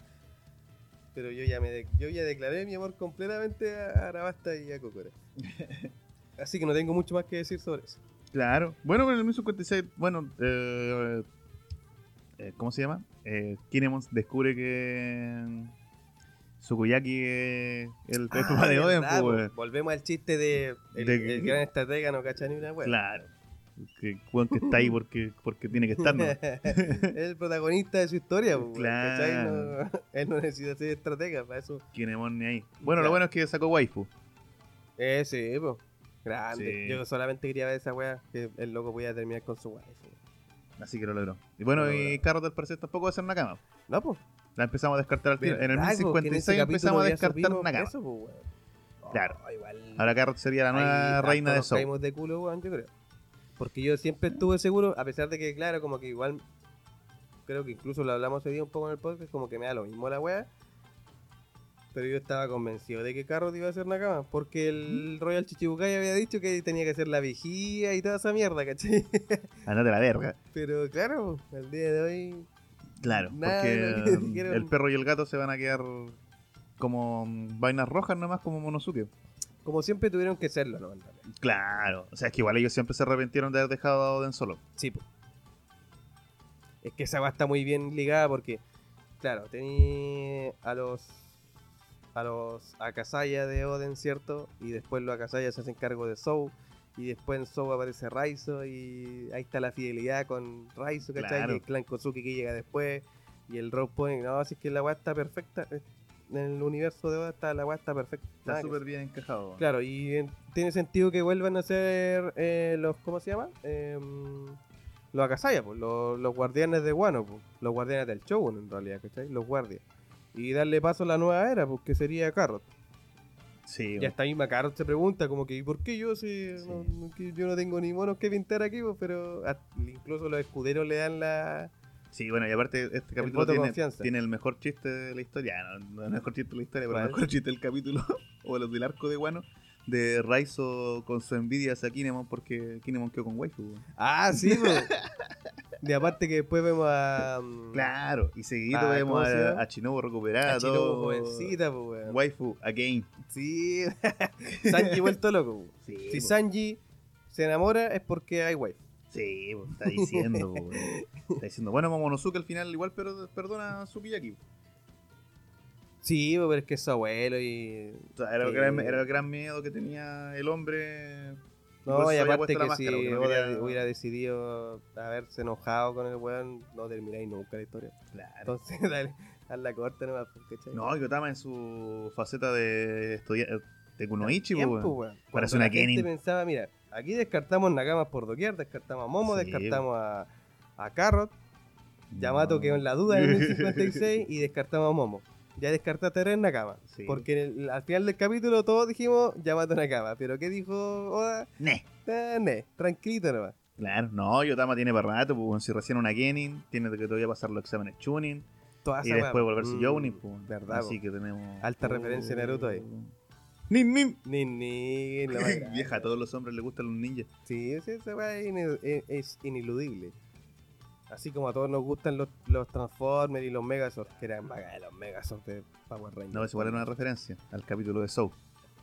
[SPEAKER 3] Pero yo ya me de- yo ya declaré mi amor completamente a Arabasta y a Cocoral. Así que no tengo mucho más que decir sobre eso.
[SPEAKER 2] Claro. Bueno, pero en el 1056, bueno, eh, eh, ¿cómo se llama? Eh, Kinemon descubre que mm, Sukuyaki es el es papá de
[SPEAKER 3] Ah,
[SPEAKER 2] Oden, pues,
[SPEAKER 3] verdad, po.
[SPEAKER 2] weón.
[SPEAKER 3] Volvemos al chiste de el,
[SPEAKER 2] De-
[SPEAKER 3] el gran estratega no cacha ni una hueá.
[SPEAKER 2] Claro. Que, weón, que está ahí porque, porque tiene que estar, ¿no?
[SPEAKER 3] es el protagonista de su historia, po,
[SPEAKER 2] Claro.
[SPEAKER 3] ¿cachai? No- él no necesita ser estratega para eso.
[SPEAKER 2] Kinemon ni ahí. Bueno,
[SPEAKER 3] Claro.
[SPEAKER 2] lo bueno es que sacó waifu.
[SPEAKER 3] Eh, sí, po. Grande.
[SPEAKER 2] Sí.
[SPEAKER 3] Yo solamente quería ver esa wea que el loco podía terminar con su wea. eso.
[SPEAKER 2] Así que lo logró. Y bueno,
[SPEAKER 3] Lo
[SPEAKER 2] y
[SPEAKER 3] logró.
[SPEAKER 2] Carrot al parecer tampoco va a ser Nakama.
[SPEAKER 3] No, pues.
[SPEAKER 2] La empezamos a descartar al tiro. En el 1056 empezamos a descartar Nakama.
[SPEAKER 3] Eso, po, weón. Oh,
[SPEAKER 2] Claro.
[SPEAKER 3] igual.
[SPEAKER 2] Ahora Carrot sería la
[SPEAKER 3] ahí
[SPEAKER 2] nueva
[SPEAKER 3] harto
[SPEAKER 2] reina de
[SPEAKER 3] nos
[SPEAKER 2] Soul.
[SPEAKER 3] caímos de culo, weón, yo creo. Porque yo siempre estuve seguro, a pesar de que, claro, como que igual. Creo que incluso lo hablamos hoy día un poco en el podcast, como que me da lo mismo la wea. Pero yo estaba convencido de que Carrot iba a ser Nakama, porque el Royal Chichibukai había dicho que tenía que hacer la vigía y toda esa mierda, ¿cachai?
[SPEAKER 2] Andate a Ah, la verga.
[SPEAKER 3] Pero claro, al día de hoy
[SPEAKER 2] Claro,
[SPEAKER 3] Nada de lo que
[SPEAKER 2] porque eh,
[SPEAKER 3] dijeron.
[SPEAKER 2] el perro y el gato se van a quedar como mm, vainas rojas nomás como Monosuke.
[SPEAKER 3] Como siempre tuvieron que serlo, ¿no?
[SPEAKER 2] Claro, o sea, es que igual ellos siempre se arrepintieron de haber dejado a Oden solo.
[SPEAKER 3] Sí, po. Es que esa va está muy bien ligada porque, claro, tenía a los. a los Akasaya de Oden, ¿cierto? Y después los Akasaya se hacen cargo de Sou. Y después en Sou aparece Raizo y ahí está la fidelidad con Raizo, ¿cachai?
[SPEAKER 2] Claro.
[SPEAKER 3] Y el clan Kozuki que llega después. Y el Rogue Point, no, así que la weá está perfecta. eh, En el universo de Oda está la weá está perfecta.
[SPEAKER 2] Está
[SPEAKER 3] Nada que
[SPEAKER 2] súper bien encajado.
[SPEAKER 3] Claro, y en- tiene sentido que vuelvan a ser eh, los, ¿cómo se llama? Em, los Akasaya, pues, los, los guardianes de Wano, pues, los guardianes del Shogun en realidad, ¿cachai? Los guardias. Y darle paso a la nueva era, pues que sería Carrot.
[SPEAKER 2] Sí, pues.
[SPEAKER 3] Y hasta misma Carrot se pregunta, como que, ¿y por qué yo si no-
[SPEAKER 2] Sí.
[SPEAKER 3] no- que yo no tengo ni monos que pintar aquí? pues, pero a- incluso los escuderos le dan la...
[SPEAKER 2] sí, bueno, y aparte este capítulo
[SPEAKER 3] voto de
[SPEAKER 2] tiene,
[SPEAKER 3] confianza.
[SPEAKER 2] tiene el mejor chiste de la historia. Ya, no, no el mejor chiste de la historia, pero el
[SPEAKER 3] ¿Cuál?
[SPEAKER 2] mejor chiste del capítulo, o los del arco de Guano, de Raizo con su envidia hacia Kinemon porque Kinemon quedó con Waifu. weón.
[SPEAKER 3] Ah, sí, pues. y aparte que después vemos a... mm,
[SPEAKER 2] Claro, y seguido
[SPEAKER 3] Ah, ¿cómo
[SPEAKER 2] vemos
[SPEAKER 3] se
[SPEAKER 2] a,
[SPEAKER 3] llama?
[SPEAKER 2] a Chinobu recuperada.
[SPEAKER 3] a Chinobu
[SPEAKER 2] todo-
[SPEAKER 3] jovencita, pues, weón.
[SPEAKER 2] Waifu, again.
[SPEAKER 3] Sí, Sanji vuelto loco. pues. po.
[SPEAKER 2] Sí,
[SPEAKER 3] Si
[SPEAKER 2] po.
[SPEAKER 3] Sanji se enamora es porque hay wife.
[SPEAKER 2] Sí, po, está diciendo, po, weón. Está diciendo, bueno, Momonosuke al final igual, pero perdona a Tsukiyaki.
[SPEAKER 3] Sí, po, pero es que es su abuelo y.
[SPEAKER 2] O sea, era, el
[SPEAKER 3] Sí.
[SPEAKER 2] gran, era el gran miedo que tenía el hombre. por eso
[SPEAKER 3] No, y
[SPEAKER 2] había
[SPEAKER 3] aparte
[SPEAKER 2] puesto
[SPEAKER 3] que
[SPEAKER 2] la
[SPEAKER 3] si
[SPEAKER 2] máscara, porque no
[SPEAKER 3] Oda
[SPEAKER 2] quería-
[SPEAKER 3] hubiera decidido haberse enojado con el weón, no termináis nunca la historia.
[SPEAKER 2] Claro.
[SPEAKER 3] Entonces, dale, haz la corte nomás, po, ¿cachai?
[SPEAKER 2] No, y Otama en su faceta de estudiante de Kunoichi, pues, po,
[SPEAKER 3] Tiempo,
[SPEAKER 2] weón.
[SPEAKER 3] weón.
[SPEAKER 2] Parece
[SPEAKER 3] Cuando
[SPEAKER 2] una
[SPEAKER 3] la gente
[SPEAKER 2] Kenin.
[SPEAKER 3] pensaba, mira, aquí descartamos Nakamas por doquier, descartamos a Momo,
[SPEAKER 2] Sí,
[SPEAKER 3] descartamos a, a Carrot, Yamato
[SPEAKER 2] No.
[SPEAKER 3] quedó en la duda en el 56 y descartamos a Momo. Ya descartaste a Ren Nakama.
[SPEAKER 2] Sí.
[SPEAKER 3] Porque en el- al final del capítulo todos dijimos Yamato Nakama. Pero ¿qué dijo Oda?
[SPEAKER 2] Ne.
[SPEAKER 3] Eh, ne, tranquilito nomás.
[SPEAKER 2] Claro, no, Yotama tiene para rato, po, weón. si recién una Genin, tiene que todavía pasar los exámenes Chunin
[SPEAKER 3] Toda
[SPEAKER 2] y
[SPEAKER 3] esa
[SPEAKER 2] después
[SPEAKER 3] weá.
[SPEAKER 2] volverse
[SPEAKER 3] Mm,
[SPEAKER 2] Jounin, po, weón.
[SPEAKER 3] Verdad,
[SPEAKER 2] Así
[SPEAKER 3] po.
[SPEAKER 2] que tenemos.
[SPEAKER 3] Alta referencia de Naruto ahí.
[SPEAKER 2] Nin, nin.
[SPEAKER 3] Ni, ni, la más grande.
[SPEAKER 2] Vieja, a todos los hombres les gustan los ninjas.
[SPEAKER 3] Sí, sí, esa weá es, ine- es- es ineludible. Así como a todos nos gustan los, los Transformers y los Megazords, que eran de los Megazords de Power Rangers.
[SPEAKER 2] No, es igual era una referencia al capítulo de Soul.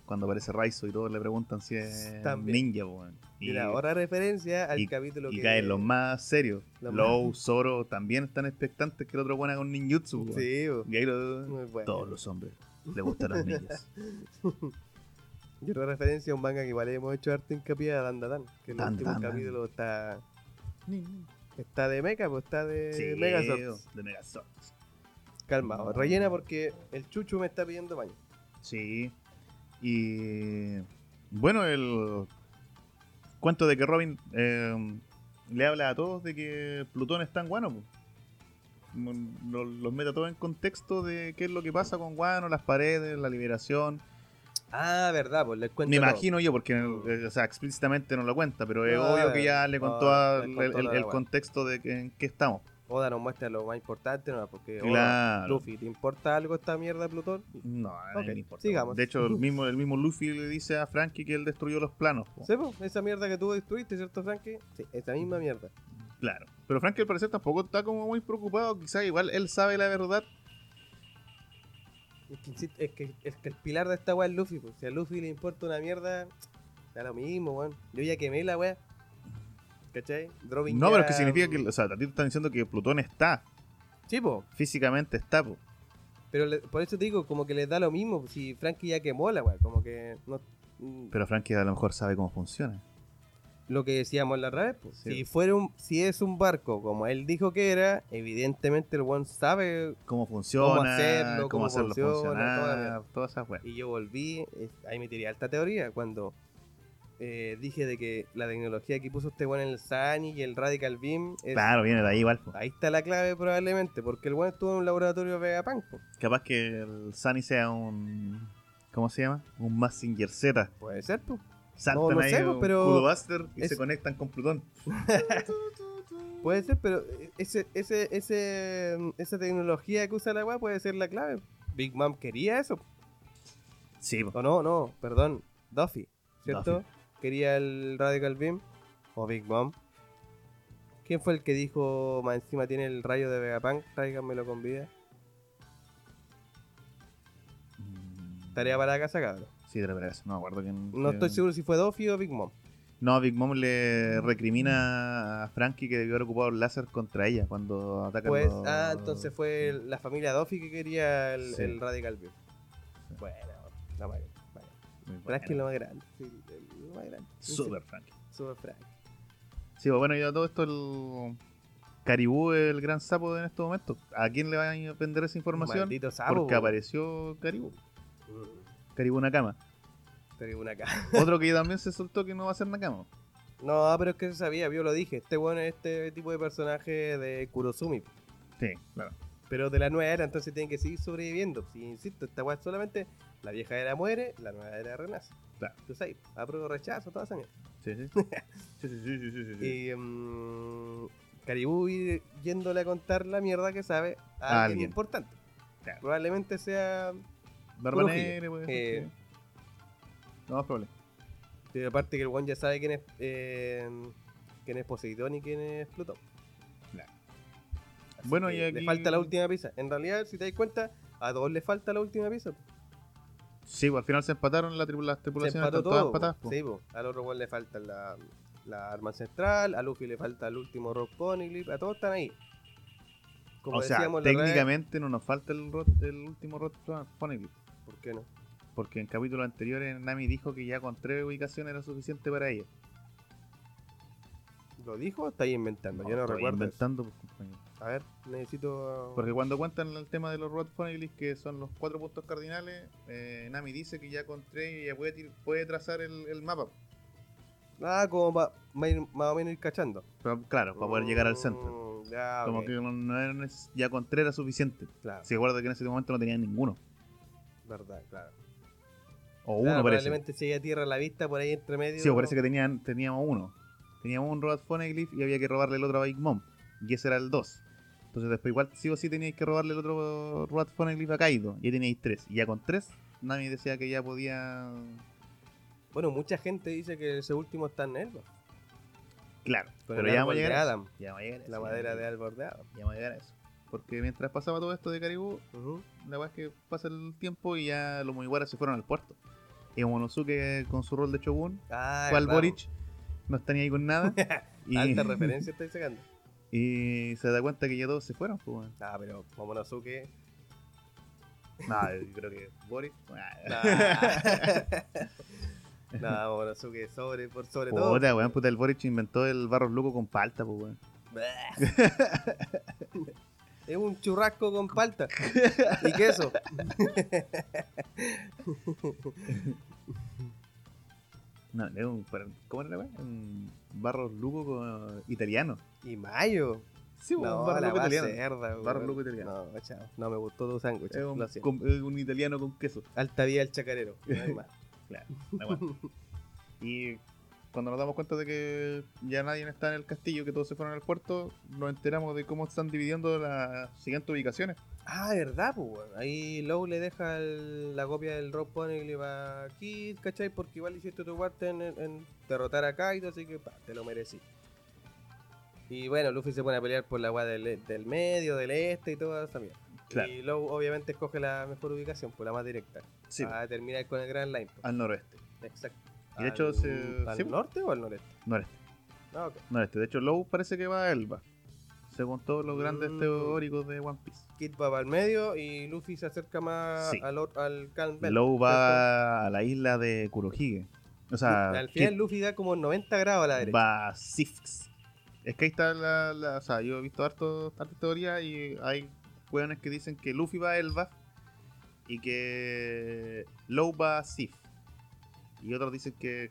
[SPEAKER 2] Cuando aparece Raizo y todos le preguntan si es
[SPEAKER 3] También.
[SPEAKER 2] ninja, po, weón.
[SPEAKER 3] Y la otra referencia al
[SPEAKER 2] y-
[SPEAKER 3] capítulo
[SPEAKER 2] y
[SPEAKER 3] que...
[SPEAKER 2] caen los más serios.
[SPEAKER 3] Los
[SPEAKER 2] Low, Zoro también están expectantes que el otro buena con ninjutsu. weón.
[SPEAKER 3] Sí, bo,
[SPEAKER 2] Y ahí lo-
[SPEAKER 3] muy bueno.
[SPEAKER 2] todos los hombres le gustan las ninjas.
[SPEAKER 3] Y otra referencia a un manga que igual hemos hecho harto hincapié a Dandadan, que el
[SPEAKER 2] Dan,
[SPEAKER 3] último
[SPEAKER 2] Dan, Dan.
[SPEAKER 3] capítulo está
[SPEAKER 2] Nin.
[SPEAKER 3] está de mecha, pues está de
[SPEAKER 2] Sí,
[SPEAKER 3] Megazord.
[SPEAKER 2] De Megazord.
[SPEAKER 3] Calma, rellena porque el chuchu me está pidiendo baño.
[SPEAKER 2] Sí. Y bueno, el cuento de que Robin eh, le habla a todos de que Plutón está en Guano. po. Mm, lo- Los, mete a todos en contexto de qué es lo que pasa con Guano, las paredes, la liberación.
[SPEAKER 3] Ah, verdad, pues les cuento.
[SPEAKER 2] Me
[SPEAKER 3] todo.
[SPEAKER 2] imagino yo, porque eh, o sea, explícitamente no lo cuenta, pero es
[SPEAKER 3] No,
[SPEAKER 2] obvio que ya le
[SPEAKER 3] no,
[SPEAKER 2] contó a-
[SPEAKER 3] le
[SPEAKER 2] el,
[SPEAKER 3] contó
[SPEAKER 2] el-
[SPEAKER 3] la
[SPEAKER 2] el
[SPEAKER 3] wea.
[SPEAKER 2] contexto de que- en qué estamos.
[SPEAKER 3] Oda nos muestra lo más importante, ¿no? Porque Oda,
[SPEAKER 2] Claro.
[SPEAKER 3] Luffy, ¿te importa algo esta mierda, Plutón?
[SPEAKER 2] No, no
[SPEAKER 3] Ok,
[SPEAKER 2] le importa.
[SPEAKER 3] sigamos.
[SPEAKER 2] De hecho, el mismo, el mismo Luffy le dice a Frankie que él destruyó los planos. po.
[SPEAKER 3] ¿Sí, po? Esa mierda que tú destruiste, ¿cierto, Frankie? Sí, esa misma mierda.
[SPEAKER 2] Claro. Pero Frank al parecer tampoco está como muy preocupado. Quizás igual él sabe la verdad.
[SPEAKER 3] Es que, insisto, es que, es que el pilar de esta weá es Luffy, pues. Si a Luffy le importa una mierda, da lo mismo, weón. Yo ya quemé la weá. ¿Cachai? Drovin
[SPEAKER 2] No,
[SPEAKER 3] ya-
[SPEAKER 2] pero es que significa que... O sea, a ti te están diciendo que Plutón está.
[SPEAKER 3] Sí, pues, po.
[SPEAKER 2] Físicamente está. po.
[SPEAKER 3] Pero le- por eso te digo, como que les da lo mismo. pues, Si Frankie ya quemó la weá, como que no. mm,
[SPEAKER 2] Pero Frankie a lo mejor sabe cómo funciona.
[SPEAKER 3] Lo que decíamos la otra vez, pues,
[SPEAKER 2] Sí.
[SPEAKER 3] si fuera un, si es un barco como él dijo que era, evidentemente el one sabe.
[SPEAKER 2] Cómo funciona, cómo hacerlo,
[SPEAKER 3] hacerlo, cómo funciona, toda la
[SPEAKER 2] funcionar,
[SPEAKER 3] mierda.
[SPEAKER 2] todas esas weas.
[SPEAKER 3] Y yo volví, es- ahí me tiré alta teoría cuando eh, dije de que la tecnología que puso este one en el Sani y el Radical Beam, es- Ah.
[SPEAKER 2] Claro, viene de ahí igual. po.
[SPEAKER 3] ahí está la clave probablemente, porque el one estuvo en un laboratorio Vegapunk. pues.
[SPEAKER 2] Capaz que el Sunny sea un... ¿Cómo se llama? Un Massinger Z.
[SPEAKER 3] Puede ser, pues.
[SPEAKER 2] Saltan
[SPEAKER 3] No lo
[SPEAKER 2] ahí
[SPEAKER 3] sé, po,
[SPEAKER 2] un
[SPEAKER 3] pero
[SPEAKER 2] Cudobuster y
[SPEAKER 3] es-
[SPEAKER 2] se conectan con Plutón.
[SPEAKER 3] Puede ser, pero eh, ese, ese, ese, esa tecnología que usa la weá puede ser la clave. Big Mom quería eso.
[SPEAKER 2] Sí, po.
[SPEAKER 3] O no, no, perdón. Duffy, ¿cierto?
[SPEAKER 2] Duffy.
[SPEAKER 3] Quería el Radical Beam. O Big Mom. ¿Quién fue el que dijo, más encima tiene el rayo de Vegapunk? Tráiganmelo con vida. Tarea para la casa, cabrón.
[SPEAKER 2] Sí, de la operación, no me acuerdo quién.
[SPEAKER 3] No
[SPEAKER 2] quién-
[SPEAKER 3] estoy seguro si fue Doffy o Big Mom.
[SPEAKER 2] No, Big Mom le recrimina a Frankie que debió haber ocupado el láser contra ella cuando ataca
[SPEAKER 3] Pues, ah, entonces fue el- la familia Doffy que quería el,
[SPEAKER 2] Sí.
[SPEAKER 3] el Radical Bill. Bueno, la más grande. vaya. Frankie es lo más grande. Sí, el- lo más grande.
[SPEAKER 2] Super Frankie.
[SPEAKER 3] Sí, Super Frankie.
[SPEAKER 2] Sí, pues, bueno, y a todo esto el Caribú es el gran sapo en estos momentos. ¿A quién le van a vender esa información?
[SPEAKER 3] Maldito sapo.
[SPEAKER 2] Porque
[SPEAKER 3] po.
[SPEAKER 2] apareció Caribú.
[SPEAKER 3] Mm,
[SPEAKER 2] Caribú Nakama.
[SPEAKER 3] Pero una cara.
[SPEAKER 2] Otro que también se soltó que no va a ser Nakama.
[SPEAKER 3] No, pero es que se sabía, yo lo dije. Este bueno es este tipo de personaje de Kurosumi.
[SPEAKER 2] Sí, claro.
[SPEAKER 3] Pero de la nueva era, entonces tienen que seguir sobreviviendo. Si insisto, esta weá es solamente la vieja era muere, la nueva era renace.
[SPEAKER 2] Claro.
[SPEAKER 3] Tú sabes, apruebo rechazo, toda esa mierda.
[SPEAKER 2] Sí, sí. sí, sí, sí, sí, sí, sí, sí.
[SPEAKER 3] Y mm, Caribú ir- yéndole a contar la mierda que sabe a,
[SPEAKER 2] A
[SPEAKER 3] alguien,
[SPEAKER 2] alguien.
[SPEAKER 3] importante.
[SPEAKER 2] Claro.
[SPEAKER 3] Probablemente sea.
[SPEAKER 2] Barba
[SPEAKER 3] Uruguay.
[SPEAKER 2] Negra, pues,
[SPEAKER 3] Eh.
[SPEAKER 2] sí. No más problema.
[SPEAKER 3] de Aparte que el one ya sabe quién es. eh, quién es Poseidón y quién es Plutón.
[SPEAKER 2] Claro.
[SPEAKER 3] Así
[SPEAKER 2] Bueno,
[SPEAKER 3] que
[SPEAKER 2] y
[SPEAKER 3] Le
[SPEAKER 2] aquí-
[SPEAKER 3] falta la última pieza. En realidad, si te das cuenta, a todos les falta la última pieza.
[SPEAKER 2] Sí, pues, al final se empataron la tripula- las
[SPEAKER 3] Se
[SPEAKER 2] tripulaciones.
[SPEAKER 3] empató
[SPEAKER 2] están todas
[SPEAKER 3] todo.
[SPEAKER 2] empatadas,
[SPEAKER 3] po.
[SPEAKER 2] pues.
[SPEAKER 3] Sí, po. Al otro one le falta la, la arma central, a Luffy le falta el último Rock Poneglyph, a todos están ahí. Como
[SPEAKER 2] o sea,
[SPEAKER 3] decíamos la otra vez-
[SPEAKER 2] técnicamente no nos falta el, rot, el último rot Poneglyph,
[SPEAKER 3] ¿Por qué no?
[SPEAKER 2] porque en capítulos anteriores Nami dijo que ya con tres ubicaciones era suficiente para ella.
[SPEAKER 3] ¿Lo dijo o estáis inventando? Yo no
[SPEAKER 2] estoy
[SPEAKER 3] recuerdo. eso. Oh.
[SPEAKER 2] inventando, pues, compañero.
[SPEAKER 3] A ver, necesito.
[SPEAKER 2] Porque cuando cuentan el tema de los rot Poneglyph, que son los cuatro puntos cardinales, eh, Nami dice que ya con tres ella puede, tir- puede trazar el, el mapa.
[SPEAKER 3] Ah, como pa- ma- ir- más o menos ir cachando.
[SPEAKER 2] Pero, claro, para poder llegar al centro.
[SPEAKER 3] Mm, Ya,
[SPEAKER 2] Como
[SPEAKER 3] ok,
[SPEAKER 2] que no- no era neces- ya con tres era suficiente.
[SPEAKER 3] Claro,
[SPEAKER 2] Se acuerda que en ese momento no tenían ninguno.
[SPEAKER 3] verdad, claro.
[SPEAKER 2] O
[SPEAKER 3] Claro,
[SPEAKER 2] uno parece.
[SPEAKER 3] Probablemente si ella tierra la vista por ahí entre medio.
[SPEAKER 2] Sí, o parece que tenían, teníamos uno. Teníamos un Robot Poneglyph y había que robarle el otro a Big Mom. Y ese era el 2. Entonces después igual sí o sí teníais que robarle el otro Robot Poneglyph a Kaido. Ya teníais 3. Y ya con 3, Nami decía que ya podía...
[SPEAKER 3] Bueno, mucha gente dice que ese último está en él. ¿no?
[SPEAKER 2] Claro.
[SPEAKER 3] Con
[SPEAKER 2] pero
[SPEAKER 3] el
[SPEAKER 2] ya vamos
[SPEAKER 3] árbol
[SPEAKER 2] a llegar
[SPEAKER 3] de
[SPEAKER 2] a eso.
[SPEAKER 3] Adam.
[SPEAKER 2] Ya vamos a llegar a eso,
[SPEAKER 3] La
[SPEAKER 2] ya
[SPEAKER 3] madera
[SPEAKER 2] vamos
[SPEAKER 3] de
[SPEAKER 2] a-
[SPEAKER 3] árbol de Adam.
[SPEAKER 2] Ya vamos a llegar a eso. Porque mientras pasaba todo esto de Caribou,
[SPEAKER 3] Ujú.
[SPEAKER 2] la verdad es que pasa el tiempo y ya los Mugiwara se fueron al puerto. Y Momonosuke con su rol de Shogun,
[SPEAKER 3] Ah,
[SPEAKER 2] fue al
[SPEAKER 3] verdad,
[SPEAKER 2] Boric, no está ni ahí con nada. y,
[SPEAKER 3] Alta referencia estoy sacando.
[SPEAKER 2] y se da cuenta que ya todos se fueron. Pues, bueno.
[SPEAKER 3] Ah, pero Momonosuke.
[SPEAKER 2] No, yo creo que Boris.
[SPEAKER 3] Nah. nah, Momonosuke sobre, por sobre todo.
[SPEAKER 2] Puta, weón, puta, el Boris inventó el barro loco con palta, pues, weón.
[SPEAKER 3] Es un churrasco con palta y queso.
[SPEAKER 2] No, es un. pero, ¿Cómo era, weón? Un barro loco con- eh, italiano.
[SPEAKER 3] Y mayo.
[SPEAKER 2] Sí, weón,
[SPEAKER 3] No,
[SPEAKER 2] un barro
[SPEAKER 3] la
[SPEAKER 2] loco
[SPEAKER 3] va
[SPEAKER 2] italiano.
[SPEAKER 3] cerda,
[SPEAKER 2] Barro
[SPEAKER 3] weón.
[SPEAKER 2] loco italiano.
[SPEAKER 3] No, chao. No me gustó tu sándwich.
[SPEAKER 2] Es un,
[SPEAKER 3] lo siento.
[SPEAKER 2] con- es un italiano con queso.
[SPEAKER 3] Alta vía el chacarero. no hay más.
[SPEAKER 2] La weón. y cuando nos damos cuenta de que ya nadie está en el castillo, que todos se fueron al puerto, nos enteramos de cómo están dividiendo las siguientes ubicaciones.
[SPEAKER 3] ah, verdad, pues, weón. Ahí Low le deja el- la copia del Rock Poneglyph a Kid, ¿cachai? Porque igual hiciste tu parte en, en- en derrotar a Kaido, así que pa, te lo merecí. Y bueno, Luffy se pone a pelear por la weá del, del medio, del este y toda esa mierda.
[SPEAKER 2] Claro.
[SPEAKER 3] Y Low obviamente escoge la mejor ubicación, pues la más directa.
[SPEAKER 2] Sí,
[SPEAKER 3] a terminar con el Grand Line. pues.
[SPEAKER 2] Ah, al noroeste.
[SPEAKER 3] Exacto.
[SPEAKER 2] Y de hecho
[SPEAKER 3] ¿Al,
[SPEAKER 2] se-
[SPEAKER 3] al
[SPEAKER 2] sí, pues.
[SPEAKER 3] norte o al noreste?
[SPEAKER 2] Noreste.
[SPEAKER 3] Ah, ok.
[SPEAKER 2] No, este, de hecho, Low parece que va a Elba. Según todos los grandes
[SPEAKER 3] Mm.
[SPEAKER 2] teóricos de One Piece.
[SPEAKER 3] Kid va para el medio y Luffy se acerca más
[SPEAKER 2] Sí.
[SPEAKER 3] al, or- al Calm Belt,
[SPEAKER 2] Low
[SPEAKER 3] ¿cierto?
[SPEAKER 2] va a la isla de Kurohige. O sea,
[SPEAKER 3] al final
[SPEAKER 2] Kid
[SPEAKER 3] Luffy da como 90 grados a la derecha.
[SPEAKER 2] va a Sifx. Es que ahí está la, la- O sea, yo he visto harto, hartas teorías y hay hueones que dicen que Luffy va a Elba y que Low va a Sif. Y otros dicen que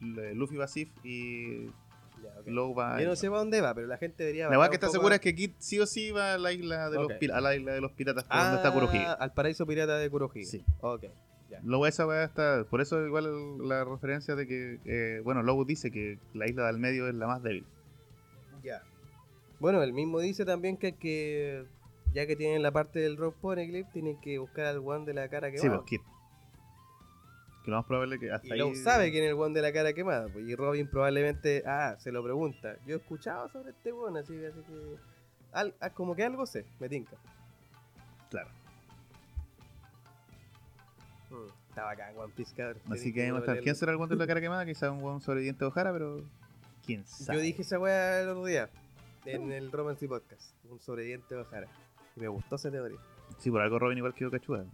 [SPEAKER 2] le- Luffy va a Sif y
[SPEAKER 3] Ya, ok.
[SPEAKER 2] Low va a
[SPEAKER 3] Yo no
[SPEAKER 2] Elba.
[SPEAKER 3] sé para dónde va, pero la gente debería.
[SPEAKER 2] La verdad
[SPEAKER 3] bajar
[SPEAKER 2] que
[SPEAKER 3] un
[SPEAKER 2] está
[SPEAKER 3] poco
[SPEAKER 2] segura
[SPEAKER 3] a-
[SPEAKER 2] es que Kid sí o sí va a la isla de,
[SPEAKER 3] Ok.
[SPEAKER 2] los, pir- a la isla de los piratas, por
[SPEAKER 3] Ah,
[SPEAKER 2] donde está Kurohige.
[SPEAKER 3] Al paraíso pirata de Kurohige.
[SPEAKER 2] Sí.
[SPEAKER 3] Ok.
[SPEAKER 2] Lobo esa weá está. Por eso igual el- la referencia de que. eh, bueno, Lobo dice que la isla del medio es la más débil.
[SPEAKER 3] Ya. Bueno, el mismo dice también que, que ya que tienen la parte del Rock Poneglyph, tienen que buscar al one de la cara que
[SPEAKER 2] Sí,
[SPEAKER 3] va.
[SPEAKER 2] pues Kid. Que lo más probable es que hasta
[SPEAKER 3] Y
[SPEAKER 2] ahí.
[SPEAKER 3] Lowe sabe quién es el weón de la cara quemada. pues, y Robin probablemente, ah, se lo pregunta. Yo he escuchado sobre este weón, así, así que. al- ah, como que algo sé, me tinca.
[SPEAKER 2] Claro.
[SPEAKER 3] Mm, está bacán One Piece, cabrón.
[SPEAKER 2] Así
[SPEAKER 3] Tenéis
[SPEAKER 2] que ahí vamos a estar.
[SPEAKER 3] leerlo.
[SPEAKER 2] ¿Quién será el guante de la cara quemada? Quizá un guante sobreviviente de Ojara, pero. ¿Quién sabe?
[SPEAKER 3] Yo dije esa weá el otro día,
[SPEAKER 2] Mm.
[SPEAKER 3] en el Romance Podcast, un sobreviviente de Ojara. Y me gustó esa teoría.
[SPEAKER 2] Sí, por algo Robin igual quedó cachuda.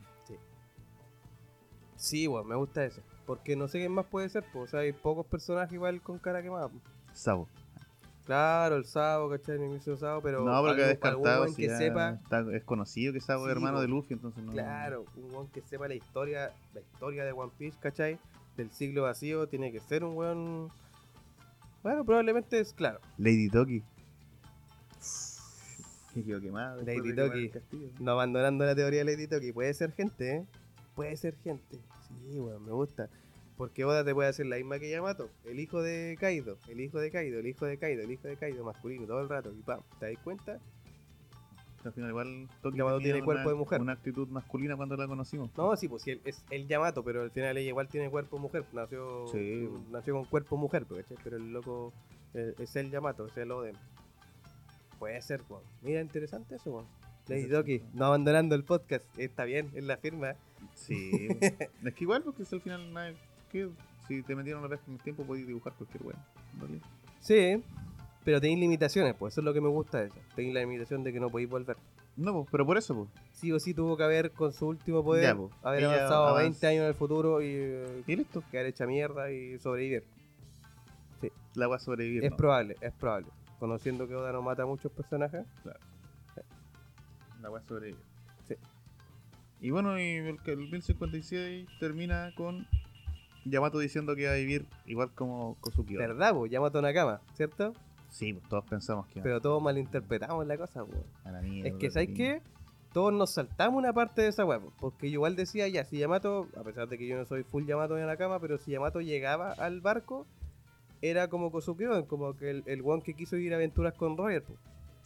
[SPEAKER 3] Sí, weón, me gusta eso. Porque no sé quién más puede ser, pues, o sea, hay pocos personajes igual con cara quemada. po.
[SPEAKER 2] Sabo.
[SPEAKER 3] Claro, el Sabo, ¿cachai? Mi inicio Sabo, pero.
[SPEAKER 2] no, pero que
[SPEAKER 3] algo- algún
[SPEAKER 2] descartado.
[SPEAKER 3] weón
[SPEAKER 2] Si
[SPEAKER 3] que
[SPEAKER 2] ya
[SPEAKER 3] sepa.
[SPEAKER 2] está- es conocido que Sabo es
[SPEAKER 3] Sí,
[SPEAKER 2] hermano
[SPEAKER 3] po.
[SPEAKER 2] de Luffy, entonces no.
[SPEAKER 3] Claro, un weón que sepa la historia, la historia de One Piece, ¿cachai? Del siglo vacío, tiene que ser un weón. Bueno, probablemente es claro.
[SPEAKER 2] Lady Toki. Que quedó quemada. después
[SPEAKER 3] Lady
[SPEAKER 2] de quemar
[SPEAKER 3] Toki.
[SPEAKER 2] el castillo.
[SPEAKER 3] No abandonando la teoría de Lady Toki, puede ser gente, ¿eh? Puede ser gente. Sí, weón, me gusta. Porque Oda te puede hacer la misma que Yamato. El hijo de Kaido, el hijo de Kaido, el hijo de Kaido, el hijo de Kaido, masculino, todo el rato. Y pam, ¿te das cuenta?
[SPEAKER 2] Al final, igual Toki
[SPEAKER 3] Yamato
[SPEAKER 2] tenía
[SPEAKER 3] tiene cuerpo
[SPEAKER 2] una-
[SPEAKER 3] de mujer.
[SPEAKER 2] Una actitud masculina cuando la conocimos.
[SPEAKER 3] No, sí, pues sí, él- es el Yamato, pero al final ella igual tiene cuerpo mujer. Nació,
[SPEAKER 2] Sí.
[SPEAKER 3] nació con cuerpo mujer, pues, ¿cachai? pero el loco eh, es el Yamato, es el Oden. Puede ser, weón. Mira, interesante eso, weón. Lady
[SPEAKER 2] Interesante.
[SPEAKER 3] Doki, no abandonando el podcast. Está bien, es la firma.
[SPEAKER 2] Sí. es que igual, porque si al final. nadie- ¿qué? Si te metieron la pesca en el tiempo, podías dibujar cualquier weón. ¿vale?
[SPEAKER 3] Sí, pero tenéis limitaciones, pues eso es lo que me gusta de eso. Tenéis la limitación de que no podéis volver.
[SPEAKER 2] No, po, pero por eso, pues.
[SPEAKER 3] Sí o sí tuvo que haber con su último poder
[SPEAKER 2] Ya, pues,
[SPEAKER 3] haber
[SPEAKER 2] ella
[SPEAKER 3] avanzado
[SPEAKER 2] avanza.
[SPEAKER 3] 20 años en el futuro y eh,
[SPEAKER 2] Y listo.
[SPEAKER 3] quedar hecha mierda y sobrevivir.
[SPEAKER 2] La va a sobrevivir.
[SPEAKER 3] Es
[SPEAKER 2] ¿no?
[SPEAKER 3] probable, es probable. Conociendo que Oda no mata a muchos personajes.
[SPEAKER 2] La weá sobrevive.
[SPEAKER 3] Sí.
[SPEAKER 2] Y bueno, y el, el 1056 termina con Yamato diciendo que va a vivir igual como Kozuki. Ora.
[SPEAKER 3] ¿Verdad, vos? Yamato Nakama, ¿cierto?
[SPEAKER 2] Sí, pues todos pensamos que
[SPEAKER 3] Pero todos malinterpretamos la cosa, po.
[SPEAKER 2] a la mierda.
[SPEAKER 3] Es que, ¿sabes
[SPEAKER 2] sí.
[SPEAKER 3] qué? Todos nos saltamos una parte de esa huevo. Porque yo igual decía, ya, si Yamato, a pesar de que yo no soy full Yamato en la cama, pero si Yamato llegaba al barco, era como Kosuke Oden, como que el, el weón que quiso ir a aventuras con Roger. po.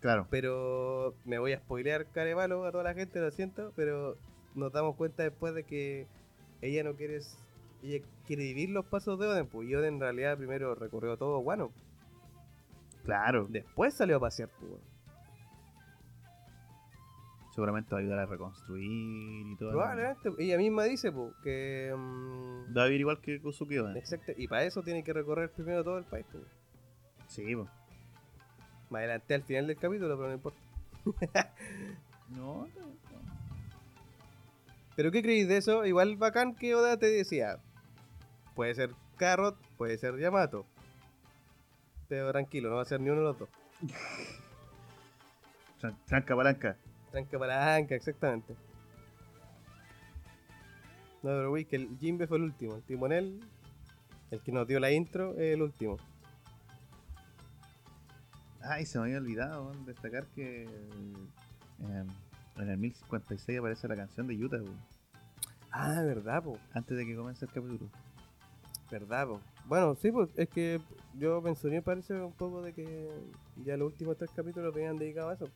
[SPEAKER 2] Claro.
[SPEAKER 3] Pero me voy a spoilear carevalo a toda la gente, lo siento, pero nos damos cuenta después de que ella no quiere, s- ella quiere vivir los pasos de Oden, pues y Oden en realidad primero recorrió todo Guano,
[SPEAKER 2] Claro.
[SPEAKER 3] después salió a pasear, pues, weón.
[SPEAKER 2] Seguramente va a ayudar a reconstruir y todo.
[SPEAKER 3] Probablemente, ella misma dice, pues, que... mm,
[SPEAKER 2] Va a vivir igual que Kozuki. Ora.
[SPEAKER 3] Exacto, y para eso tiene que recorrer primero todo el país. pues.
[SPEAKER 2] Sí, pues.
[SPEAKER 3] Me adelanté al final del capítulo, pero no importa.
[SPEAKER 2] No, no.
[SPEAKER 3] ¿Pero qué creéis de eso? Igual bacán que Oda te decía. Puede ser Carrot, puede ser Yamato. Pero tranquilo, no va a ser ni uno de los dos.
[SPEAKER 2] Tran- Tranca palanca.
[SPEAKER 3] Tranca palanca, exactamente. No, pero wey, que el Jimbe fue el último. El timonel, el que nos dio la intro, es el último.
[SPEAKER 2] Ay, se me había olvidado weón, destacar que eh, en el 1056 aparece la canción de Utah, weón,
[SPEAKER 3] Ah, verdad, po.
[SPEAKER 2] antes de que comience el capítulo.
[SPEAKER 3] Verdad, po. Bueno, sí, pues es que yo mencioné, parece un poco de que ya los últimos tres capítulos venían dedicados a eso,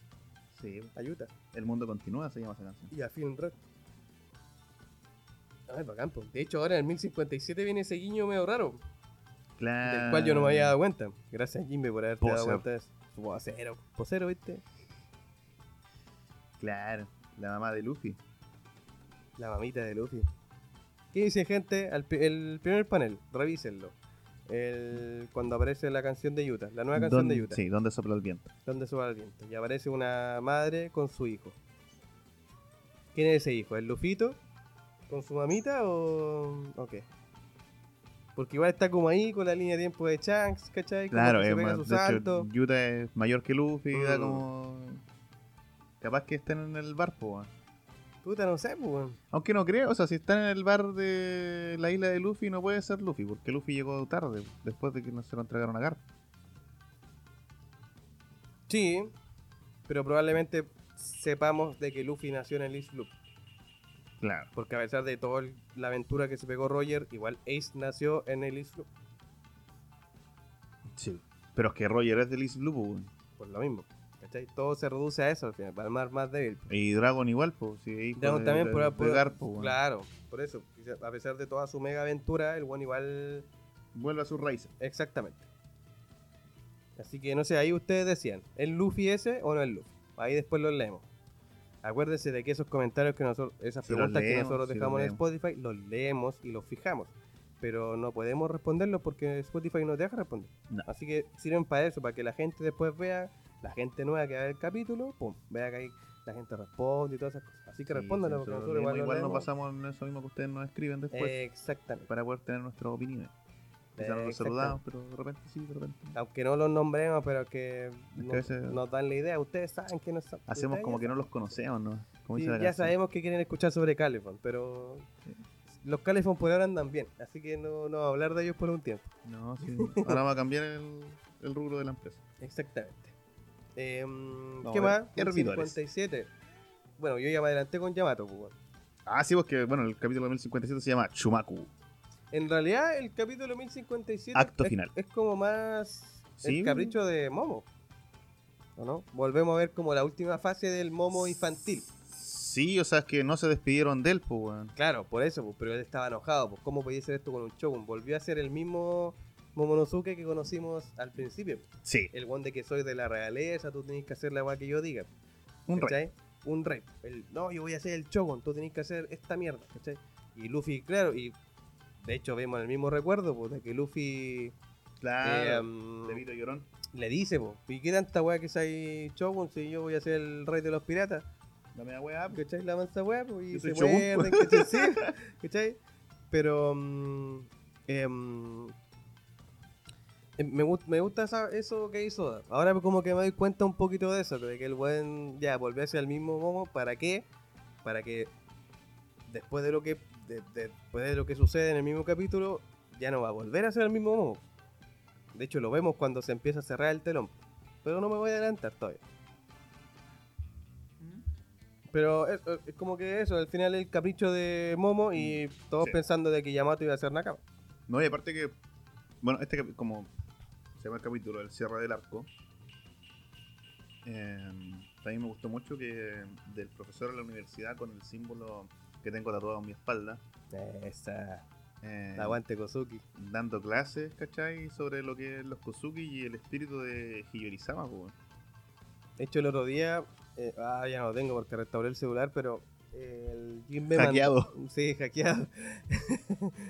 [SPEAKER 2] Sí, po.
[SPEAKER 3] a Utah
[SPEAKER 2] El mundo continúa, se llama esa canción.
[SPEAKER 3] y a Film Rock. Ay, bacán, po. De hecho, ahora en el 1057 viene ese guiño medio raro,
[SPEAKER 2] Claro.
[SPEAKER 3] del cual yo no me había dado cuenta. Gracias, Jimmy, por haberte dado
[SPEAKER 2] Posero.
[SPEAKER 3] cuenta de eso. oh. Posero. Posero, ¿viste?
[SPEAKER 2] Claro, la mamá de Luffy.
[SPEAKER 3] La mamita de Luffy. ¿Qué dice, gente? Al pri- el primer panel, revísenlo. El, cuando aparece la canción de Utah, la nueva canción
[SPEAKER 2] ¿Dónde-
[SPEAKER 3] de Utah.
[SPEAKER 2] Sí, donde sopla el viento.
[SPEAKER 3] donde sopla el viento. Y aparece una madre con su hijo. ¿Quién es ese hijo? ¿El Lufito? ¿Con su mamita o.? ¿O qué? Porque igual está como ahí con la línea de tiempo de Chanks, ¿cachai? Como
[SPEAKER 2] Claro,
[SPEAKER 3] que se
[SPEAKER 2] es
[SPEAKER 3] pega
[SPEAKER 2] más,
[SPEAKER 3] su
[SPEAKER 2] de hecho, mm.
[SPEAKER 3] salto.
[SPEAKER 2] Utah es mayor que Luffy, da
[SPEAKER 3] Mm.
[SPEAKER 2] como... Capaz que estén en el bar, po, weón.
[SPEAKER 3] Puta, no sé, pues, weón.
[SPEAKER 2] Aunque no creo, o sea, si están en el bar de la isla de Luffy, no puede ser Luffy, porque Luffy llegó tarde, después de que no se lo entregaron a Garp.
[SPEAKER 3] Sí, pero probablemente sepamos de que Luffy nació en el East Loop.
[SPEAKER 2] Claro.
[SPEAKER 3] Porque a pesar de toda la aventura que se pegó Roger, igual Ace nació en el East Loop.
[SPEAKER 2] Sí. Pero es que Roger es del East Blue, po, weón.
[SPEAKER 3] Por pues lo mismo, ¿cachai? Todo se reduce a eso al final, para el mar más débil.
[SPEAKER 2] Y Dragon igual, pues. Sí, hijo
[SPEAKER 3] Dragon
[SPEAKER 2] de-
[SPEAKER 3] también
[SPEAKER 2] de-
[SPEAKER 3] por,
[SPEAKER 2] de
[SPEAKER 3] por-
[SPEAKER 2] Garp, po, weón.
[SPEAKER 3] Claro, por eso. quizá- A pesar de toda su mega aventura, el one igual.
[SPEAKER 2] Vuelve a sus raíces.
[SPEAKER 3] Exactamente. Así que no sé, ahí ustedes decían, ¿es Luffy ese o no es Luffy? Ahí después lo leemos. Acuérdense de que esos comentarios que nosotros, esas
[SPEAKER 2] Sí, los
[SPEAKER 3] preguntas que
[SPEAKER 2] leemos,
[SPEAKER 3] nosotros
[SPEAKER 2] sí, los
[SPEAKER 3] dejamos en
[SPEAKER 2] leemos.
[SPEAKER 3] Spotify, los leemos y los fijamos. Pero no podemos responderlos porque Spotify no te deja responder.
[SPEAKER 2] No.
[SPEAKER 3] Así que sirven para eso, para que la gente después vea, la gente nueva que va a ver el capítulo, pum, vea que ahí la gente responde y todas esas cosas. Así que
[SPEAKER 2] Sí,
[SPEAKER 3] respóndanlo
[SPEAKER 2] sí,
[SPEAKER 3] porque
[SPEAKER 2] nosotros
[SPEAKER 3] nosotros igual,
[SPEAKER 2] leemos,
[SPEAKER 3] lo
[SPEAKER 2] igual
[SPEAKER 3] Eh,
[SPEAKER 2] nos
[SPEAKER 3] leemos.
[SPEAKER 2] basamos en eso mismo que ustedes nos escriben después
[SPEAKER 3] Exactamente.
[SPEAKER 2] para poder tener nuestras opiniones. Quizás no los
[SPEAKER 3] Exactamente.
[SPEAKER 2] saludamos, pero de repente sí, de repente. no.
[SPEAKER 3] Aunque no los nombremos, pero que
[SPEAKER 2] que a
[SPEAKER 3] nos,
[SPEAKER 2] veces-
[SPEAKER 3] nos dan la idea. Ustedes saben quiénes son.
[SPEAKER 2] Hacemos
[SPEAKER 3] ustedes
[SPEAKER 2] como
[SPEAKER 3] ya
[SPEAKER 2] que no los conocemos, ¿no? Como
[SPEAKER 3] Sí,
[SPEAKER 2] dice la
[SPEAKER 3] ya
[SPEAKER 2] canción.
[SPEAKER 3] sabemos que quieren escuchar sobre Califon, pero los Califon por ahora andan bien, así que no, no vamos a hablar de ellos por un tiempo.
[SPEAKER 2] No, sí. Ahora vamos a cambiar el, el rubro de la empresa.
[SPEAKER 3] Exactamente. Em,
[SPEAKER 2] No,
[SPEAKER 3] ¿Qué
[SPEAKER 2] a
[SPEAKER 3] más?
[SPEAKER 2] ver, hervidores.
[SPEAKER 3] 57. Bueno, yo ya me adelanté con Yamato, pues, weón.
[SPEAKER 2] Ah, sí, porque bueno, el capítulo 1057 se llama Chumaku.
[SPEAKER 3] En realidad, el capítulo 1057
[SPEAKER 2] Acto
[SPEAKER 3] es,
[SPEAKER 2] final.
[SPEAKER 3] es como más
[SPEAKER 2] Sí.
[SPEAKER 3] el capricho de Momo. ¿O no? Volvemos a ver como la última fase del Momo infantil.
[SPEAKER 2] Sí, o sea, es que no se despidieron de él, pues, weón.
[SPEAKER 3] Claro, por eso, pues, pero él estaba enojado, pues cómo podía hacer esto con un Shogun. Volvió a ser el mismo Momonosuke que conocimos al principio.
[SPEAKER 2] Sí,
[SPEAKER 3] El one de que soy de la realeza, tú tenés que hacer la weá que yo diga.
[SPEAKER 2] un rey.
[SPEAKER 3] ¿cachai? Un rey. El, no, yo voy a hacer el Shogun, tú tenés que hacer esta mierda, ¿cachai? Y Luffy, claro, y de hecho vemos el mismo recuerdo, pues, de que Luffy eh,
[SPEAKER 2] Claro.
[SPEAKER 3] um,
[SPEAKER 2] Levito llorón.
[SPEAKER 3] le dice, pues, ¿y qué tanta weá que soy Shogun si yo voy a ser el rey de los piratas?
[SPEAKER 2] La media weá. pues.
[SPEAKER 3] ¿Cachai? La mansa weá, pues, y
[SPEAKER 2] Yo
[SPEAKER 3] se
[SPEAKER 2] soy Shogun.
[SPEAKER 3] muerden, ¿cachai? Sí, ¿cachai? Pero. mm, em, em, me, gust- me gusta esa- eso que hizo Oda. Ahora, como que me doy cuenta un poquito de eso, de que el buen. Ya, volvió hacia el mismo momo. ¿Para qué? Para que. Después de lo que. de- de- después de lo que sucede en el mismo capítulo, ya no va a volver a ser el mismo momo. De hecho, lo vemos cuando se empieza a cerrar el telón. Pero no me voy a adelantar todavía. Pero es, es como que eso, al final el capricho de Momo y todos
[SPEAKER 2] Sí.
[SPEAKER 3] pensando de que Yamato iba a ser Nakama.
[SPEAKER 2] No, y aparte que. Bueno, este capi- como se llama el capítulo, el cierre del arco. eh, también me gustó mucho que del profesor de la universidad con el símbolo que tengo tatuado en mi espalda.
[SPEAKER 3] Esa.
[SPEAKER 2] eh,
[SPEAKER 3] Aguante Kozuki.
[SPEAKER 2] dando clases, ¿cachai? Sobre lo que es los Kozuki y el espíritu de Hiyorizawa, pues, weón.
[SPEAKER 3] De hecho, el otro día, eh, ah, ya no lo tengo porque restauré el celular, pero eh, el Jim me
[SPEAKER 2] Hackeado.
[SPEAKER 3] mandó- Sí, hackeado.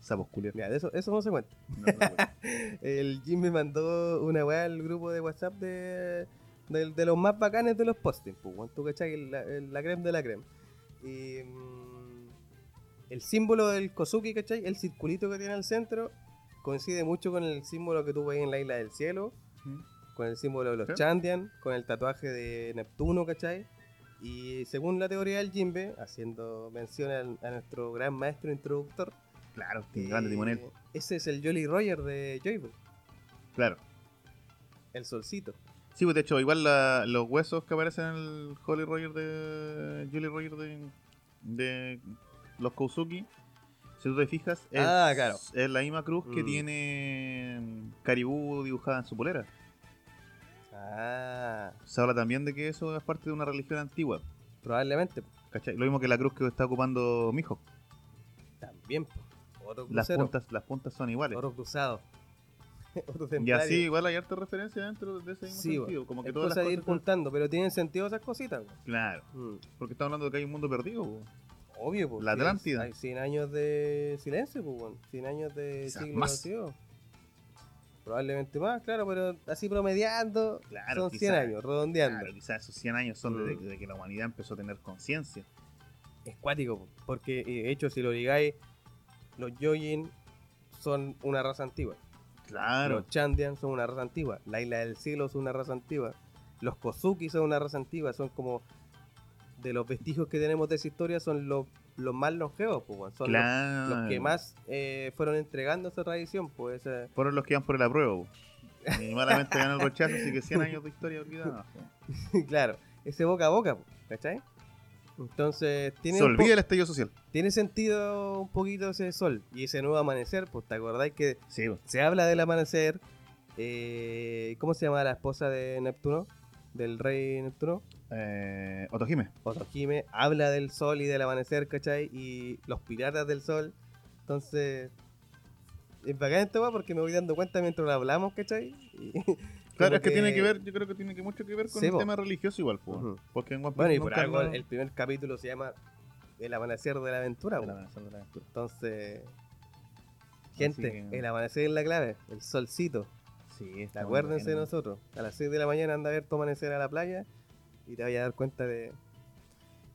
[SPEAKER 2] Sapos culiados.
[SPEAKER 3] Mira, de eso, eso no se cuenta.
[SPEAKER 2] No, no, weón.
[SPEAKER 3] El Jim me mandó una weá al grupo de WhatsApp de, del- de los más bacanes de los postings, pues, weón. tú cachai, El- la, el- la creme de la creme. Y, mm, el símbolo del Kozuki, cachai, el circulito que tiene al centro, coincide mucho con el símbolo que tú veis en la isla del cielo,
[SPEAKER 2] Ujú.
[SPEAKER 3] con el símbolo de los
[SPEAKER 2] Sí.
[SPEAKER 3] Chandian, con el tatuaje de Neptuno, cachai. Y según la teoría del Jimbe, haciendo mención al- a nuestro gran maestro introductor,
[SPEAKER 2] Claro, tiene grande
[SPEAKER 3] eh,
[SPEAKER 2] timonel.
[SPEAKER 3] ese es el Jolly Roger de Joyful,
[SPEAKER 2] Claro.
[SPEAKER 3] el solcito.
[SPEAKER 2] Sí, pues de hecho, igual la- los huesos que aparecen en el Holy Roger de. Jolly Roger de. de los Kozuki, si tú te fijas, es,
[SPEAKER 3] Ah, claro.
[SPEAKER 2] es la misma cruz que
[SPEAKER 3] Mm.
[SPEAKER 2] tiene mm, Caribú dibujada en su polera.
[SPEAKER 3] Ah,
[SPEAKER 2] Se habla también de que eso es parte de una religión antigua.
[SPEAKER 3] probablemente.
[SPEAKER 2] ¿Cachai? Lo mismo que la cruz que está ocupando Mijo.
[SPEAKER 3] También. po. Otro
[SPEAKER 2] Las
[SPEAKER 3] crucero.
[SPEAKER 2] puntas, las puntas son iguales.
[SPEAKER 3] Otro cruzado. otro
[SPEAKER 2] Y
[SPEAKER 3] templario.
[SPEAKER 2] así igual hay harta referencia dentro de ese mismo
[SPEAKER 3] Sí,
[SPEAKER 2] sentido. Como que
[SPEAKER 3] Es
[SPEAKER 2] todas
[SPEAKER 3] cosa
[SPEAKER 2] las
[SPEAKER 3] de
[SPEAKER 2] cosas
[SPEAKER 3] ir juntando, pero tienen sentido esas cositas. po.
[SPEAKER 2] Claro,
[SPEAKER 3] Mm,
[SPEAKER 2] porque está hablando de que hay un mundo perdido. po.
[SPEAKER 3] Obvio, pues.
[SPEAKER 2] La Atlántida.
[SPEAKER 3] Hay 100 años de silencio, pues, 100 años de
[SPEAKER 2] Quizás
[SPEAKER 3] siglo
[SPEAKER 2] más.
[SPEAKER 3] vacío. Probablemente más, claro, pero así promediando
[SPEAKER 2] Claro,
[SPEAKER 3] son 100
[SPEAKER 2] quizás.
[SPEAKER 3] años, redondeando.
[SPEAKER 2] Claro, quizás esos 100 años son desde,
[SPEAKER 3] Mm.
[SPEAKER 2] desde que la humanidad empezó a tener conciencia.
[SPEAKER 3] es cuático, po, porque eh, de hecho, si lo ligáis, los Yojin son una raza antigua.
[SPEAKER 2] Claro.
[SPEAKER 3] Los Chandian son una raza antigua. La Isla del Cielo es una raza antigua. Los Kozuki son una raza antigua. Son como de los vestigios que tenemos de esa historia, son los, los más longevos, pues, weón. son los-
[SPEAKER 2] claro.
[SPEAKER 3] los, que más eh, fueron entregando esa tradición. Pues, esa-
[SPEAKER 2] Fueron los que iban por el apruebo. po. Y malamente ganó el rechazo, así que 100 años de historia olvidada.
[SPEAKER 3] claro, ese boca a boca, po, ¿cachai? Entonces, tiene,
[SPEAKER 2] Se
[SPEAKER 3] un po-
[SPEAKER 2] olvida el estallido social.
[SPEAKER 3] tiene sentido un poquito ese sol y ese nuevo amanecer. Pues, ¿te acordáis que
[SPEAKER 2] Sí, po.
[SPEAKER 3] se habla del amanecer? eh, ¿Cómo se llama la esposa de Neptuno? Del rey Neptuno.
[SPEAKER 2] eh, Otojime.
[SPEAKER 3] Otojime habla del sol y del amanecer, ¿cachai? Y los piratas del sol. Entonces, es bacán esta weá porque me voy dando cuenta mientras la hablamos, ¿cachai? Y-
[SPEAKER 2] Claro,
[SPEAKER 3] como
[SPEAKER 2] es que tiene que ver, yo creo que tiene que mucho que ver con
[SPEAKER 3] Sí,
[SPEAKER 2] el
[SPEAKER 3] po.
[SPEAKER 2] tema religioso igual, po,
[SPEAKER 3] Ujú.
[SPEAKER 2] porque en One Piece
[SPEAKER 3] Bueno, y por
[SPEAKER 2] nunca
[SPEAKER 3] algo
[SPEAKER 2] habla-
[SPEAKER 3] el primer capítulo se llama El amanecer de la aventura,
[SPEAKER 2] El
[SPEAKER 3] po.
[SPEAKER 2] amanecer de la aventura.
[SPEAKER 3] Entonces, gente,
[SPEAKER 2] que-
[SPEAKER 3] el amanecer es la clave, el solcito.
[SPEAKER 2] Sí, está muy
[SPEAKER 3] Acuérdense de
[SPEAKER 2] bueno.
[SPEAKER 3] nosotros. A las 6 de la mañana anda a ver tu amanecer a la playa y te vayas a dar cuenta de,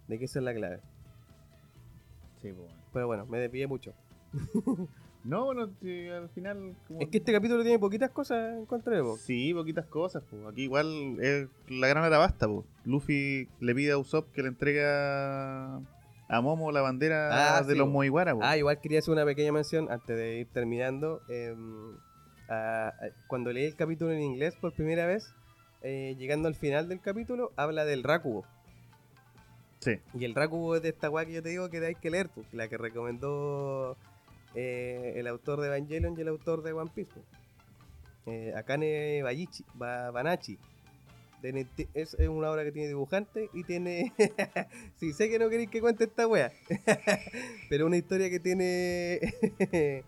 [SPEAKER 3] de que esa es la clave.
[SPEAKER 2] Sí, po, bueno.
[SPEAKER 3] Pero bueno, me desvié mucho.
[SPEAKER 2] No, bueno, sí, al final. como-
[SPEAKER 3] Es que este capítulo tiene poquitas cosas en contra de vos.
[SPEAKER 2] Sí, poquitas cosas, po. Aquí igual es la gran arabasta, po. Luffy le pide a Usopp que le entrega a Momo la bandera
[SPEAKER 3] Ah,
[SPEAKER 2] de
[SPEAKER 3] sí,
[SPEAKER 2] los
[SPEAKER 3] po.
[SPEAKER 2] Moiguara, po.
[SPEAKER 3] Ah, igual quería hacer una pequeña mención antes de ir terminando. Em, a- a- cuando leí el capítulo en inglés por primera vez, eh, llegando al final del capítulo, habla del Rakugo.
[SPEAKER 2] Sí.
[SPEAKER 3] Y el Rakugo es de esta weá que yo te digo que hay que leer, pues, la que recomendó eh, el autor de Evangelion y el autor de One Piece. pues. Eh, Akane Bayichi, Ba- Banachi. Tiene- ti- es, es una obra que tiene dibujante y tiene. si sé que no queréis que cuente esta wea. pero una historia que tiene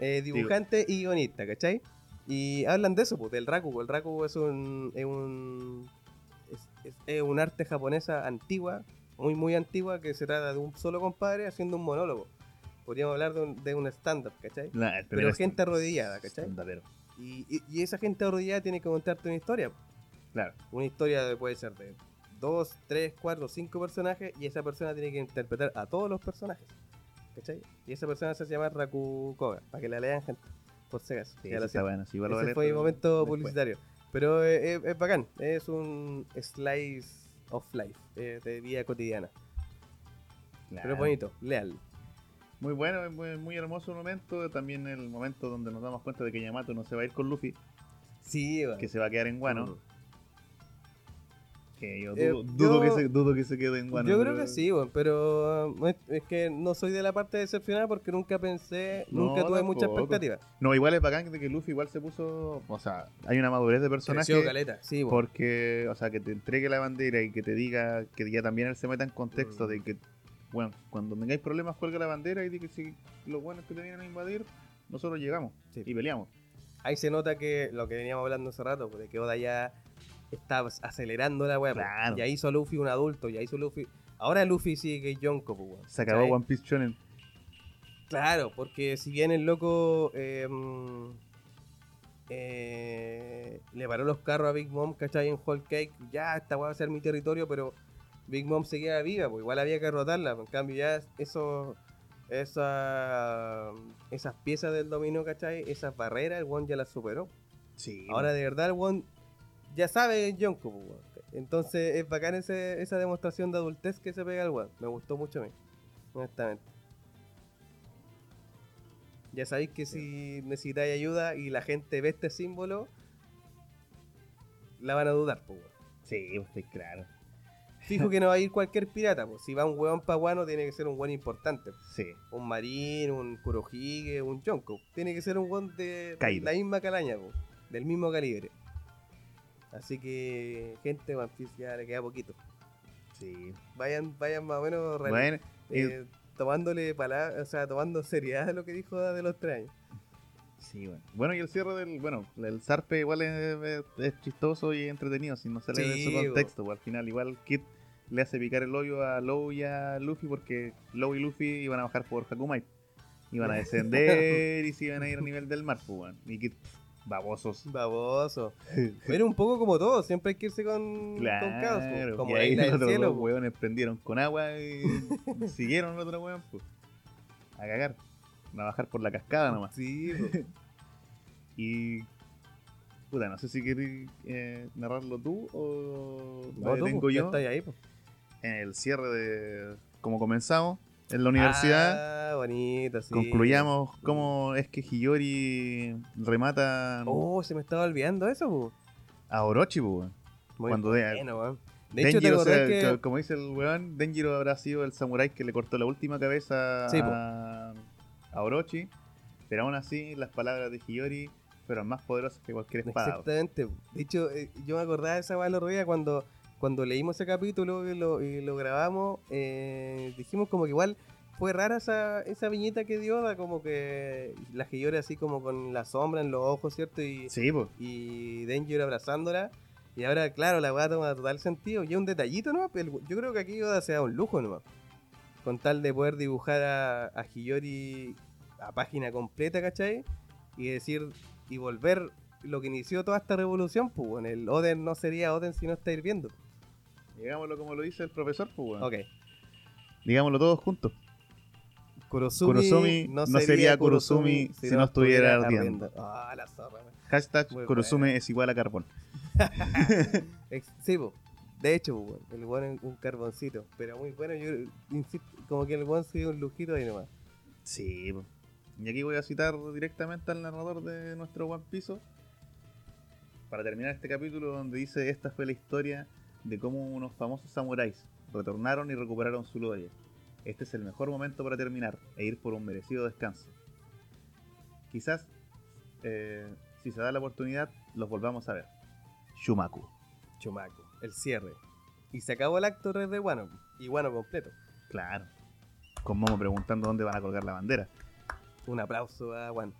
[SPEAKER 3] eh, dibujante y guionista, ¿cachai? Y hablan de eso, pues, del Rakugo. El Rakugo es un. Es un es- es- es un arte japonesa antigua muy muy antigua que se trata de un solo compadre haciendo un monólogo. Podríamos hablar de un, de un stand-up, ¿cachai?
[SPEAKER 2] La- el primer
[SPEAKER 3] Pero
[SPEAKER 2] stand-
[SPEAKER 3] gente arrodillada, ¿cachai?
[SPEAKER 2] standardero.
[SPEAKER 3] Y, y- y esa gente arrodillada tiene que contarte una historia.
[SPEAKER 2] Claro.
[SPEAKER 3] Una historia de- puede ser de dos, tres, cuatro, cinco personajes y esa persona tiene que interpretar a todos los personajes. ¿Cachai? Y esa persona se llama Raku Koga, para que la lean gente, por si acaso.
[SPEAKER 2] Sí,
[SPEAKER 3] Ya
[SPEAKER 2] eso
[SPEAKER 3] lo
[SPEAKER 2] está
[SPEAKER 3] siento.
[SPEAKER 2] bueno. sí, igual lo
[SPEAKER 3] Ese
[SPEAKER 2] vale
[SPEAKER 3] fue mi
[SPEAKER 2] todo
[SPEAKER 3] momento
[SPEAKER 2] después.
[SPEAKER 3] publicitario. Pero eh, eh, es, bacán, es un slice of life, eh, de vida cotidiana.
[SPEAKER 2] Claro.
[SPEAKER 3] Pero es bonito, leal.
[SPEAKER 2] Muy bueno, muy, muy hermoso momento. También el momento donde nos damos cuenta de que Yamato no se va a ir con Luffy,
[SPEAKER 3] Sí, weón.
[SPEAKER 2] que se va a quedar en Guano.
[SPEAKER 3] Mm.
[SPEAKER 2] Que yo
[SPEAKER 3] Eh,
[SPEAKER 2] dudo, dudo
[SPEAKER 3] yo-
[SPEAKER 2] que se, dudo que se quede en Guano.
[SPEAKER 3] Yo creo
[SPEAKER 2] pero-
[SPEAKER 3] que sí, weón, pero um, es, es que no soy de la parte decepcionada porque nunca pensé,
[SPEAKER 2] No,
[SPEAKER 3] nunca tuve mucha
[SPEAKER 2] tampoco.
[SPEAKER 3] expectativa.
[SPEAKER 2] No, igual es bacán de que Luffy igual se puso. O sea, hay una madurez de personaje.
[SPEAKER 3] Creció caleta, sí, weón.
[SPEAKER 2] Porque, o sea, que te entregue la bandera y que te diga que ya también él se meta en contexto
[SPEAKER 3] Mm.
[SPEAKER 2] de que, bueno, cuando tengáis problemas, cuelga la bandera y di que si los buenos que te vienen a invadir, nosotros llegamos
[SPEAKER 3] Sí.
[SPEAKER 2] y peleamos.
[SPEAKER 3] Ahí se nota que lo que veníamos hablando hace rato, pues, de que Oda ya está acelerando la weá.
[SPEAKER 2] Claro.
[SPEAKER 3] Y ahí hizo Luffy un adulto, ya hizo Luffy. Ahora Luffy sigue Yonko, pues, weón.
[SPEAKER 2] Se acabó
[SPEAKER 3] ¿Cachai?
[SPEAKER 2] One Piece Shonen.
[SPEAKER 3] Claro, porque si bien el loco eh, mm, eh, le paró los carros a Big Mom, ¿cachai? En Whole Cake, ya esta weá va a ser mi territorio, pero Big Mom seguía viva, pues igual había que rotarla. En cambio, ya eso, esa, esas piezas del dominó, ¿cachai? Esas barreras, el One ya las superó.
[SPEAKER 2] Sí.
[SPEAKER 3] Ahora de verdad el One ya sabe Yonko, pues, weón. Entonces es bacán ese- esa demostración de adultez que se pega al One. Me gustó mucho a mí, honestamente. Ya sabéis que si necesitáis ayuda y la gente ve este símbolo, la van a dudar, pues, weón.
[SPEAKER 2] Sí, pues, estoy claro.
[SPEAKER 3] Fijo que no va a ir cualquier pirata, pues. Si va un weón pa' guano, tiene que ser un weón importante.
[SPEAKER 2] Sí.
[SPEAKER 3] Un marín, un kurohige, un yonko. Tiene que ser un weón de
[SPEAKER 2] Caído.
[SPEAKER 3] la misma calaña, po, del mismo calibre. Así que, gente, One Piece ya le queda poquito.
[SPEAKER 2] Sí.
[SPEAKER 3] Vayan, vayan más o menos reali-
[SPEAKER 2] Bueno, eh,
[SPEAKER 3] eh, tomándole palabras, o sea, tomando seriedad lo que dijo Oda de los tres años.
[SPEAKER 2] sí, bueno. Bueno, y el cierre del. Bueno, el zarpe igual es, es- es chistoso y entretenido, si no sale de
[SPEAKER 3] Sí,
[SPEAKER 2] su
[SPEAKER 3] bo.
[SPEAKER 2] contexto. pues, Al final, igual Kid le hace picar el hoyo a Low y a Luffy porque Low y Luffy iban a bajar por Hakumai. Iban a descender y se iban a ir a nivel del mar, pues, bueno. Y Kid, pff, babosos.
[SPEAKER 3] Baboso. Pero un poco como todo, siempre hay que irse con,
[SPEAKER 2] Claro,
[SPEAKER 3] con caos, po, como
[SPEAKER 2] y
[SPEAKER 3] la
[SPEAKER 2] ahí
[SPEAKER 3] isla
[SPEAKER 2] los
[SPEAKER 3] del
[SPEAKER 2] otros
[SPEAKER 3] cielo. pues.
[SPEAKER 2] dos
[SPEAKER 3] po.
[SPEAKER 2] hueones prendieron con agua y siguieron al otro hueón, pues. A cagar. A bajar por la cascada nomás.
[SPEAKER 3] Sí, po.
[SPEAKER 2] Y. Puta, no sé si querés eh, narrarlo tú o.
[SPEAKER 3] No,
[SPEAKER 2] me
[SPEAKER 3] tú,
[SPEAKER 2] detengo
[SPEAKER 3] po, ya
[SPEAKER 2] yo.
[SPEAKER 3] estáis ahí, po.
[SPEAKER 2] En el cierre de. Como comenzamos, en la universidad.
[SPEAKER 3] Ah, bonito, sí.
[SPEAKER 2] Concluyamos cómo es que Hiyori remata
[SPEAKER 3] Oh, se me estaba olvidando eso, po.
[SPEAKER 2] a Orochi, po, weón.
[SPEAKER 3] Muy
[SPEAKER 2] Cuando de-
[SPEAKER 3] bueno, weón. De hecho, te
[SPEAKER 2] Denjiro, o sea,
[SPEAKER 3] acordás
[SPEAKER 2] co-
[SPEAKER 3] que...
[SPEAKER 2] como dice el weón, Denjiro habrá sido el samurái que le cortó la última cabeza
[SPEAKER 3] Sí, po.
[SPEAKER 2] a, a Orochi. Pero aún así, las palabras de Hiyori fueron más poderosas que cualquier espada. weón.
[SPEAKER 3] Exactamente. De hecho, eh, yo me acordaba de esa weá el otro día cuando, cuando leímos ese capítulo y lo, y lo grabamos, eh, dijimos como que igual fue rara esa, esa viñeta que dio, da como que la que llora así como con la sombra en los ojos, ¿cierto? Y,
[SPEAKER 2] Sí, pues.
[SPEAKER 3] y Danger abrazándola. Y ahora, claro, la weá toma total sentido. Y es un detallito, ¿no? Yo creo que aquí Oda se da un lujo, ¿no? Con tal de poder dibujar a, a Hiyori a página completa, ¿cachai? Y decir, y volver lo que inició toda esta revolución, pues, bueno, el Oden no sería Oden si no está hirviendo.
[SPEAKER 2] Digámoslo como lo dice el profesor, pues, weón.
[SPEAKER 3] Ok.
[SPEAKER 2] Digámoslo todos juntos.
[SPEAKER 3] Kurosumi,
[SPEAKER 2] Kurosumi no sería Kurosumi si no estuviera ardiendo.
[SPEAKER 3] Ah, la zorra, weón.
[SPEAKER 2] Hashtag
[SPEAKER 3] Muy
[SPEAKER 2] Kurosume
[SPEAKER 3] buena.
[SPEAKER 2] es igual a carbón.
[SPEAKER 3] Ex- Sí, po. de hecho, po, weón, el weón es un carboncito, pero muy bueno, yo insisto, como que el weón se dio un lujito ahí nomás.
[SPEAKER 2] Sí, po. Y aquí voy a citar directamente al narrador de nuestro One Piece. Para terminar este capítulo donde dice esta fue la historia de cómo unos famosos samuráis retornaron y recuperaron su gloria. Este es el mejor momento para terminar e ir por un merecido descanso. Quizás, eh, si se da la oportunidad, los volvamos a ver. Shumaku.
[SPEAKER 3] Chumaco, el cierre. Y se acabó el acto 3 de Wano, y Wano completo.
[SPEAKER 2] Claro. Con Momo preguntando dónde van a colgar la bandera.
[SPEAKER 3] Un aplauso a Wano,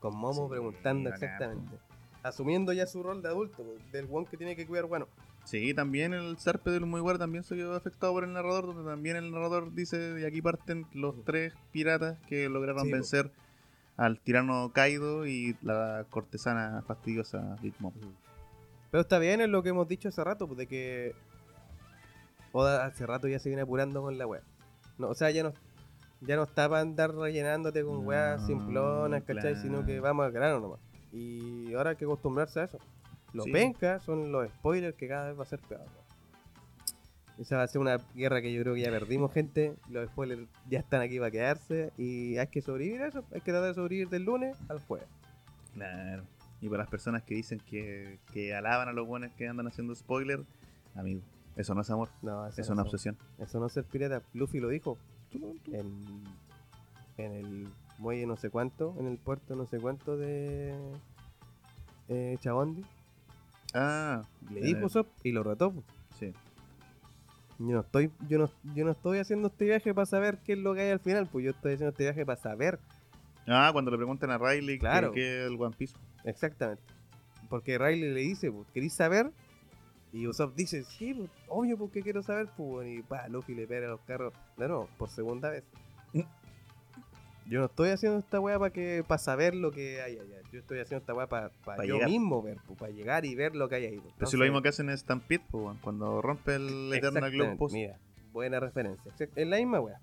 [SPEAKER 3] con Momo
[SPEAKER 2] Sí,
[SPEAKER 3] preguntando
[SPEAKER 2] bacán,
[SPEAKER 3] exactamente. Asumiendo ya su rol de adulto, po, del weón que tiene que cuidar Wano.
[SPEAKER 2] Sí, también el zarpe del Muiguara también se quedó afectado por el narrador, donde también el narrador dice, y aquí parten los tres piratas que lograron
[SPEAKER 3] Sí, po.
[SPEAKER 2] vencer al tirano Kaido y la cortesana fastidiosa Big Mom.
[SPEAKER 3] Pero está bien, es lo que hemos dicho hace rato, pues, de que Oda hace rato ya se viene apurando con la wea. No, o sea, ya no, ya no está para andar rellenándote con weas
[SPEAKER 2] No,
[SPEAKER 3] simplonas, ¿cachai? Sino que
[SPEAKER 2] claro.
[SPEAKER 3] vamos al grano nomás. Y ahora hay que acostumbrarse a eso. Los
[SPEAKER 2] Sí.
[SPEAKER 3] pencas son los spoilers que cada vez va a ser peor. weón. Esa va a ser una guerra que yo creo que ya perdimos, gente. Los spoilers ya están aquí para quedarse. Y hay que sobrevivir a eso. Hay que tratar de sobrevivir del lunes al jueves.
[SPEAKER 2] Claro. Y para las personas que dicen que, que alaban a los buenos que andan haciendo spoiler, amigo, eso no es amor,
[SPEAKER 3] No,
[SPEAKER 2] eso es
[SPEAKER 3] no
[SPEAKER 2] una
[SPEAKER 3] se-
[SPEAKER 2] obsesión.
[SPEAKER 3] Eso no es ser pirata. Luffy lo dijo. En, en el muelle no sé cuánto, en el puerto no sé cuánto de eh, Chabondi.
[SPEAKER 2] Ah,
[SPEAKER 3] Le
[SPEAKER 2] en
[SPEAKER 3] dijo
[SPEAKER 2] el-
[SPEAKER 3] eso y lo retó. po.
[SPEAKER 2] Sí.
[SPEAKER 3] Yo no estoy, yo no, yo no estoy haciendo este viaje para saber qué es lo que hay al final, pues yo estoy haciendo este viaje para saber
[SPEAKER 2] Ah, cuando le preguntan a Riley
[SPEAKER 3] Claro.
[SPEAKER 2] que, que el One Piece.
[SPEAKER 3] exactamente. Porque Riley le dice, pues, ¿queréis saber? Y Usopp dice, sí, pues, obvio porque quiero saber, pues, bueno, y pa, Luffy le pega a los carros de nuevo, por segunda vez. Yo no estoy haciendo esta weá para que para saber lo que hay allá. Yo estoy haciendo esta weá para
[SPEAKER 2] Pa
[SPEAKER 3] yo
[SPEAKER 2] llegar.
[SPEAKER 3] mismo ver, para llegar y ver lo que hay ahí. pues.
[SPEAKER 2] Pero si lo mismo
[SPEAKER 3] Entonces,
[SPEAKER 2] que hacen en Stampede, pues, weón, cuando rompe el Eternal Globe
[SPEAKER 3] exactamente,
[SPEAKER 2] Post.
[SPEAKER 3] Mira, buena referencia. Exact- Es la misma weá.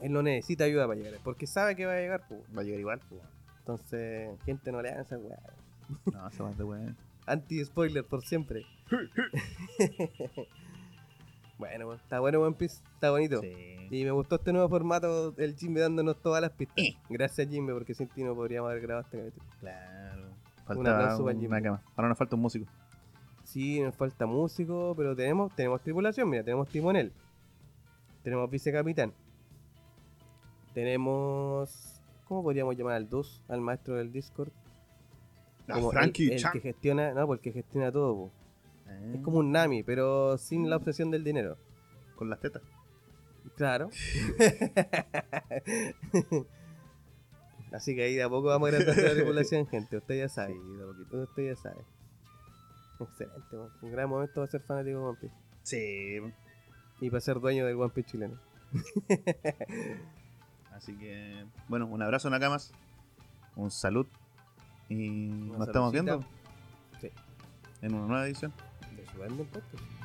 [SPEAKER 3] Él no necesita ayuda para llegar, porque sabe que va a llegar, pues.
[SPEAKER 2] Va a llegar igual, pues.
[SPEAKER 3] Entonces, gente no le haga esa weá.
[SPEAKER 2] No, esa más de weón.
[SPEAKER 3] Anti-spoiler por siempre. bueno, weón, está bueno One Piece, está bonito.
[SPEAKER 2] Sí.
[SPEAKER 3] Y me gustó este nuevo formato, el Jimbe dándonos todas las pistas.
[SPEAKER 2] Eh.
[SPEAKER 3] Gracias Jimbe, porque sin ti no podríamos haber grabado este capítulo.
[SPEAKER 2] Claro.
[SPEAKER 3] Un
[SPEAKER 2] Falta
[SPEAKER 3] aplauso para Jimmy.
[SPEAKER 2] una cama. Ahora nos falta un músico.
[SPEAKER 3] Sí, nos falta músico, pero tenemos, tenemos tripulación, mira, tenemos timonel. Tenemos vicecapitán. Tenemos... ¿Cómo podríamos llamar al DUS, al maestro del Discord?
[SPEAKER 2] Ah,
[SPEAKER 3] Como el- el, que gestiona, no, porque gestiona todo. po.
[SPEAKER 2] Eh,
[SPEAKER 3] Es como un Nami, pero sin la obsesión del dinero.
[SPEAKER 2] Con las tetas.
[SPEAKER 3] Claro. Así que ahí de a poco vamos a ir a la tripulación, gente. Usted ya sabe. Usted ya sabe. Excelente, weón. un gran momento para ser fanático de One Piece.
[SPEAKER 2] Sí.
[SPEAKER 3] Y para ser dueño del One Piece chileno.
[SPEAKER 2] Así que, bueno, un abrazo, Nakamas. Un salud. Y
[SPEAKER 3] Una
[SPEAKER 2] nos estamos
[SPEAKER 3] saludcita.
[SPEAKER 2] viendo
[SPEAKER 3] Sí.
[SPEAKER 2] en una nueva edición.
[SPEAKER 3] De su banda en podcast.